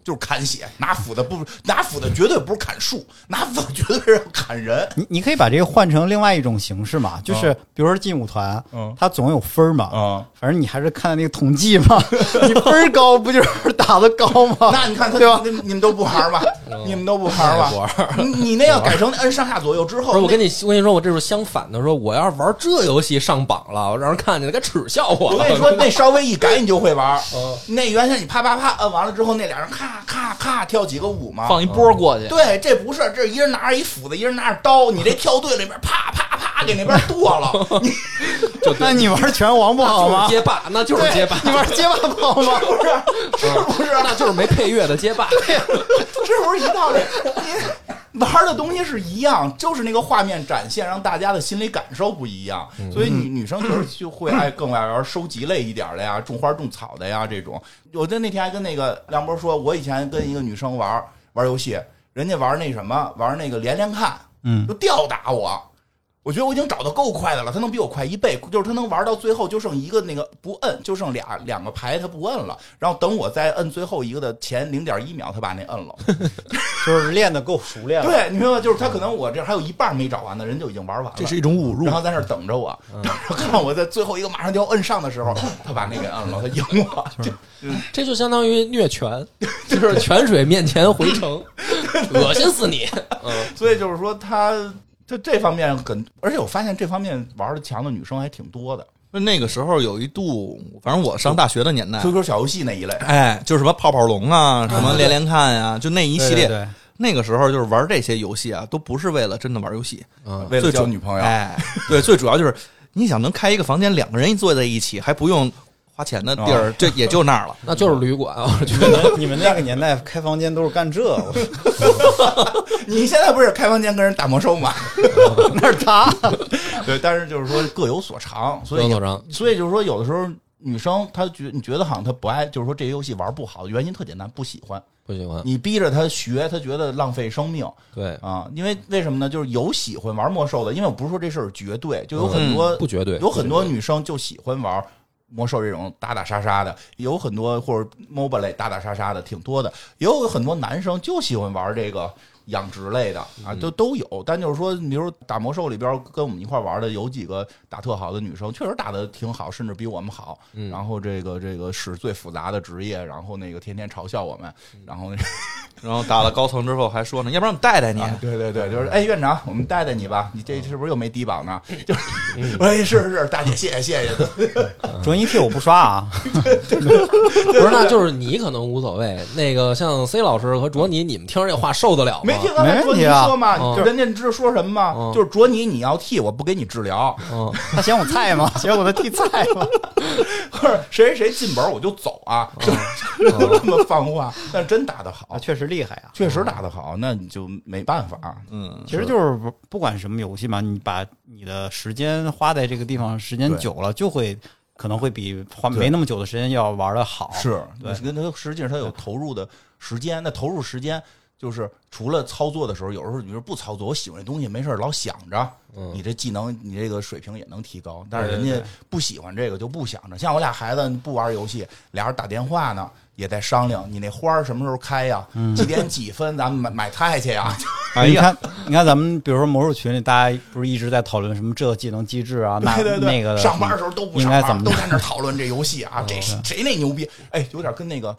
Speaker 1: 就是砍血，拿斧子不拿斧子绝对不是砍树，拿斧子绝对是砍人。
Speaker 4: 你你可以把这个换成另外一种形式嘛，就是比如说劲舞团，
Speaker 1: 嗯
Speaker 4: 它总有分儿嘛，
Speaker 1: 嗯
Speaker 4: 反正你还是看那个统计嘛，你分儿高不就是打的高吗？
Speaker 1: 那你看他
Speaker 4: 对吧？
Speaker 1: 你你们都不玩吧？
Speaker 3: 嗯
Speaker 1: 你们都不玩 吧？你你那要改成摁上下左右之
Speaker 3: 不是，
Speaker 1: 后，
Speaker 3: 我
Speaker 1: 那
Speaker 3: 跟你我跟你说，我这是相反的。说我要是玩这游戏上榜了，我让人看见了，该耻笑
Speaker 1: 我
Speaker 3: 我了。
Speaker 1: 跟你说，那稍微一改你就会玩
Speaker 3: 嗯。
Speaker 1: 那原先你啪啪啪摁完了之后，那俩人咔咔咔跳几个舞嘛，
Speaker 2: 放一
Speaker 5: 嗯
Speaker 2: 波过去，
Speaker 1: 对，这不是，这一人拿着一斧子，一人拿着刀，你这跳队里边啪啪啪给那边剁 了，你
Speaker 4: 那你玩拳王不
Speaker 3: 就
Speaker 4: 好啊
Speaker 3: 是
Speaker 4: 吗？
Speaker 3: 街霸，那就是街霸，
Speaker 4: 你玩街霸不好吗？
Speaker 1: 是不是？
Speaker 3: 那就是没配乐的街 霸。
Speaker 1: 是不是一道理？你玩的东西是一样，就是那个画面展现让大家的心理感受不一样，所以女女生就是就会爱更爱玩收集类一点的呀，种 花种草的呀这种。我就那天还跟那个梁博说，我以前跟一个女生玩玩游戏，人家玩那什么玩那个连连看，
Speaker 4: 嗯
Speaker 1: 就吊打我。我觉得我已经找到够快的了，他能比我快一倍，就是他能玩到最后就剩一个那个不摁，就剩俩两个牌他不摁了，然后等我再摁最后一个的前零点一秒，他把那摁了。
Speaker 4: 就是练的够熟练了。
Speaker 1: 对，你明白吗？就是他可能我这还有一半没找完呢，人就已经玩完了，
Speaker 5: 这是一种侮辱
Speaker 1: 然。后在那儿等着我，然后看我在最后一个马上就要摁上的时候，他把那个摁了，他赢我。就
Speaker 3: 这就相当于虐拳，就是泉水面前回城，恶心死你！
Speaker 1: 所以就是说他，他这方面很，而且我发现这方面玩的强的女生还挺多的
Speaker 5: 那个时候有一度，反正我上大学的年代，
Speaker 1: ，QQ 小游戏那一类。
Speaker 5: 哎，就是什么泡泡龙啊，什么连连看呀、就那一系列。
Speaker 4: 对对对
Speaker 5: 那个时候就是玩这些游戏啊，都不是为了真的玩游戏，
Speaker 3: 嗯，
Speaker 1: 为了
Speaker 5: 最
Speaker 1: 交
Speaker 5: 主
Speaker 1: 女朋友，
Speaker 5: 哎，对，最主要就是你想能开一个房间，两个人一坐在一起，还不用花钱的地儿，这也就那儿了。
Speaker 3: 那就是旅馆啊，我觉
Speaker 4: 你们你们那个年代开房间都是干这，我
Speaker 1: 你现在不是开房间跟人打魔兽吗？
Speaker 4: 那是他。
Speaker 1: 对，但是就是说各有所长，所
Speaker 3: 得。
Speaker 1: 以
Speaker 3: 老张，
Speaker 1: 所以就是说，有的时候女生她觉你觉得好像她不爱，就是说这些游戏玩不好，原因特简单，不喜欢。
Speaker 3: 不喜欢。
Speaker 1: 你逼着她学，她觉得浪费生命
Speaker 3: 对，
Speaker 1: 啊。因为为什么呢？就是有喜欢玩魔兽的，因为我不是说这事儿绝对，就有很
Speaker 5: 嗯
Speaker 1: 多、
Speaker 3: 不绝对，
Speaker 1: 有很多女生就喜欢玩魔兽这种打打杀杀的，有很多或者 MOBA 类打打杀杀的挺多的，也有很多男生就喜欢玩这个养殖类的啊，
Speaker 3: 嗯
Speaker 1: 都都有。但就是说，你比如打魔兽里边跟我们一块玩的，有几个打特好的女生，确实打的挺好，甚至比我们好。
Speaker 3: 嗯
Speaker 1: 然后这个这个是最复杂的职业，然后那个天天嘲笑我们，
Speaker 3: 嗯
Speaker 1: 然后那个、
Speaker 5: 然后打了高层之后还说呢，要不然我们带带你。
Speaker 1: 啊对对对，就是哎院长，我们带带你吧，你这是不是又没低保呢？
Speaker 4: 嗯
Speaker 1: 就是，我说哎是是是，大姐谢谢谢谢。
Speaker 4: 卓一 T 我不刷啊，
Speaker 3: 不是，那就是你可能无所谓。那个像 C 老师和卓尼，你们听着这话受得了吗？
Speaker 1: 没听刚才
Speaker 4: 没
Speaker 1: 卓
Speaker 4: 问
Speaker 1: 尼
Speaker 4: 题啊
Speaker 1: 说嘛，
Speaker 3: 嗯
Speaker 1: 就是人家知道说什么吗？
Speaker 3: 嗯
Speaker 1: 就是卓尼，你要替我不给你治疗，
Speaker 3: 嗯，
Speaker 4: 他嫌我菜吗？嫌我的 T 菜吗？
Speaker 1: 或者谁谁谁进本我就走啊，
Speaker 4: 嗯
Speaker 1: 就 就这么放话。但真打得好
Speaker 4: 啊，，确实厉害啊。
Speaker 1: 确实打得好，那你就没办法。啊
Speaker 5: 嗯，
Speaker 4: 其实就是不不管什么游戏嘛，你把你的时间花在这个地方，时间
Speaker 1: 对
Speaker 4: 久了就会可能会比花
Speaker 1: 对
Speaker 4: 没那么久的时间要玩的好。啊
Speaker 1: 是，
Speaker 4: 对
Speaker 1: 跟他实际上他有投入的时间，那投入时间。就是除了操作的时候，有时候你说不操作，我喜欢这东西没事儿老想着，你这技能你这个水平也能提高。但是人
Speaker 4: 嗯对
Speaker 1: 家
Speaker 4: 对
Speaker 1: 不喜欢这个就不想着。像我俩孩子不玩游戏，俩人打电话呢，也在商量你那花儿什么时候开呀，
Speaker 4: 嗯
Speaker 1: 几点几分咱们买买菜去呀。
Speaker 5: 哎
Speaker 4: 你
Speaker 5: 呀，
Speaker 4: 看，你看咱们比如说魔术群里，大家不是一直在讨论什么这技能机制啊，那
Speaker 1: 对对对，
Speaker 4: 那个的
Speaker 1: 上班的时候都不
Speaker 4: 应
Speaker 1: 上
Speaker 4: 该
Speaker 1: 班，
Speaker 4: 怎么哦
Speaker 1: 都
Speaker 4: 弄
Speaker 1: 在那儿讨论这游戏啊，这谁那牛逼？哎，有点跟那个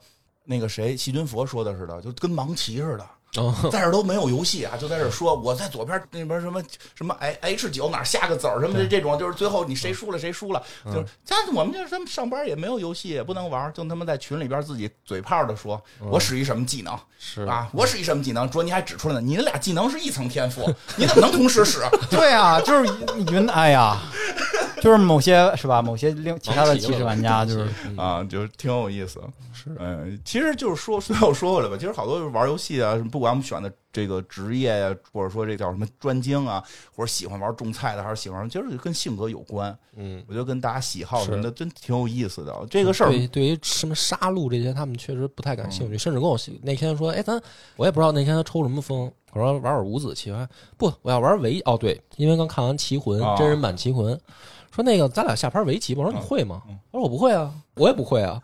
Speaker 1: 那个谁细菌佛说的似的，就跟盲棋似的。
Speaker 3: 哦
Speaker 1: 在这儿都没有游戏啊，就在这儿说我在左边那边什么什么 I H 九哪儿下个子儿什么的这种，就是最后你谁输了谁输了，就是但是我们就是他们上班也没有游戏，也不能玩儿，就他妈在群里边自己嘴炮的说，我使一什么技能
Speaker 3: 是
Speaker 1: 啊，我使一什么技能，卓尼还指出了呢，你那俩技能是一层天赋，你怎么能同时使？
Speaker 4: 对啊，就是云，哎呀，就是某些是吧？某些另其他的
Speaker 3: 棋
Speaker 4: 骑士玩家就是
Speaker 3: 嗯
Speaker 1: 啊，就是挺有意思。是，嗯，其实就是说，最后说回来吧，其实好多玩游戏啊，不管我们选的这个职业呀、或者说这叫什么专精啊，或者喜欢玩种菜的，还是喜欢玩，其实跟性格有关。
Speaker 3: 嗯，
Speaker 1: 我觉得跟大家喜好什么的，真挺有意思的。这个事儿，嗯
Speaker 3: 对，对于什么杀戮这些，他们确实不太感兴趣，甚至跟我那天说，哎，咱我也不知道那天他抽什么风，我说玩会儿五子棋，我说不，我要玩围哦，对，因为刚看完《棋魂
Speaker 1: 啊》
Speaker 3: 真人版《棋魂》，说那个咱俩下盘围棋吧。
Speaker 1: 嗯
Speaker 3: 我说你会吗？他说我不会啊，我也不会 啊。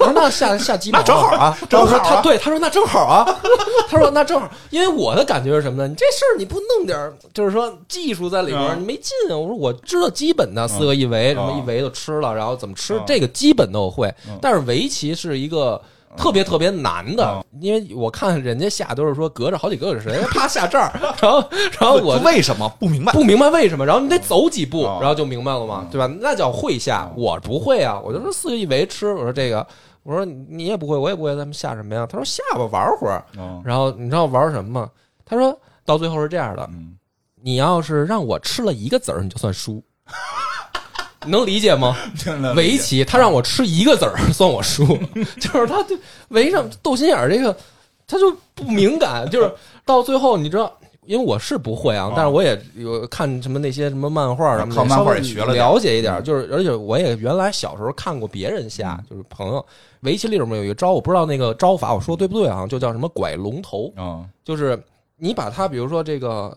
Speaker 3: 我说那下下鸡毛啊，
Speaker 1: 正好啊
Speaker 3: 然后我说
Speaker 1: 正好啊
Speaker 3: 他对他说那正好啊， 他说那正好，因为我的感觉是什么呢？你这事儿你不弄点儿就是说技术在里边儿，
Speaker 1: 嗯
Speaker 3: 你没劲啊。我说我知道基本的四个一围，什么
Speaker 1: 啊
Speaker 3: 一围就吃了，然后怎么吃
Speaker 5: 啊
Speaker 1: 嗯，
Speaker 3: 这个基本的我会
Speaker 1: 嗯。
Speaker 3: 但是围棋是一个。
Speaker 5: 嗯
Speaker 3: 特别特别难的，因为我看人家下都是说隔着好几个 人，啪下这儿， 然后然后我
Speaker 5: 为什么不明白？啊嗯
Speaker 3: 不明白为什么，然后你得走几步，
Speaker 1: 哦
Speaker 3: 然后就明白了嘛，对吧？那叫会下，我不会啊，我就说四个一围吃，我说这个，我说你也不会，我也不会，咱们下什么呀？他说下吧，玩会儿。
Speaker 1: 嗯
Speaker 3: 然后你知道玩什么吗？他说到最后是这样的，
Speaker 1: 嗯，
Speaker 3: 你要是让我吃了一个子儿，你就算 输，你能理解吗？
Speaker 1: 真的
Speaker 3: 围棋，他让我吃一个子儿 算我输，就是他对围上斗心眼儿这个，他就不敏感，就是到最后你知道。因为我是不会啊
Speaker 1: 啊，
Speaker 3: 但是我也有看什么那些什么漫画什么的，
Speaker 1: 靠漫画也
Speaker 3: 稍微
Speaker 1: 学了点嗯
Speaker 3: 了解一点儿，就是而且我也原来小时候看过别人下，就是朋友围棋里面有一个招，我不知道那个招法，我说对不对啊？就叫什么拐龙头，
Speaker 1: 嗯
Speaker 3: 就是你把它，比如说这个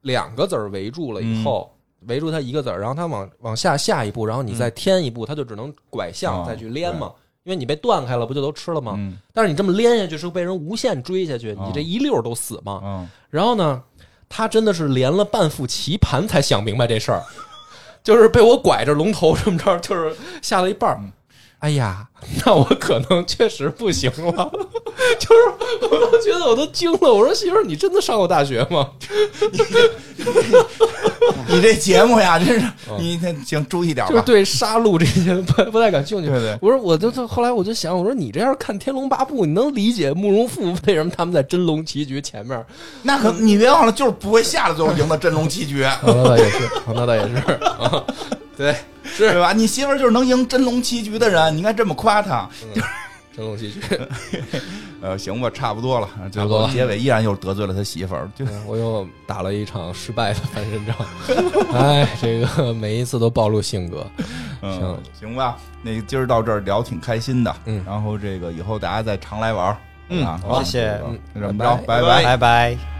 Speaker 3: 两个子儿围住了以后，围住它一个子儿，然后它往往下下一步，然后你再添一步，它就只能拐
Speaker 1: 哦
Speaker 3: 向再去连嘛。因为你被断开了，不就都吃了吗？
Speaker 1: 嗯
Speaker 3: 但是你这么连下去，是被人无限追下去，
Speaker 1: 哦
Speaker 3: 你这一溜儿都死嘛。
Speaker 1: 嗯，
Speaker 3: 然后呢，他真的是连了半副棋盘才想明白这事儿， 就是被我拐着龙头这么着，就是下了一半儿。哎呀，那我可能确实不行了， 就是我都觉得我都惊了。我说媳妇儿，你真的上过大学吗？
Speaker 1: 你这节目呀，真是
Speaker 3: 嗯
Speaker 1: 你得请注意点
Speaker 3: 就是
Speaker 1: 吧。
Speaker 3: 对杀戮这些不不太感兴趣。
Speaker 1: 对对
Speaker 3: 我说我就就后来我就想，我说你这样看《天龙八部》，你能理解慕容复为什么他们在真龙棋局前面
Speaker 1: 那可
Speaker 3: 嗯
Speaker 1: 你别忘了，就是不会下了最后赢的真龙棋 局，
Speaker 3: 啊，那倒也是，啊那倒也是 啊，对，
Speaker 1: 对吧？你媳妇儿就是能赢真龙棋局的人，你应该这么夸她。
Speaker 3: 真龙棋局。
Speaker 1: 呃，行吧，差不多了，
Speaker 3: 差不多了
Speaker 1: 结尾依然又得罪了他媳妇儿，就
Speaker 3: 嗯我又打了一场失败的翻身仗， 哎，这个每一次都暴露性格。
Speaker 1: 嗯
Speaker 3: 行
Speaker 1: 行吧。那今儿到这儿聊挺开心的，
Speaker 3: 嗯
Speaker 1: 然后这个以后大家再常来玩儿，
Speaker 5: 嗯
Speaker 1: 啊
Speaker 4: 谢谢
Speaker 1: 那
Speaker 3: 嗯
Speaker 1: 怎么着，
Speaker 3: 拜
Speaker 1: 拜
Speaker 4: 拜拜。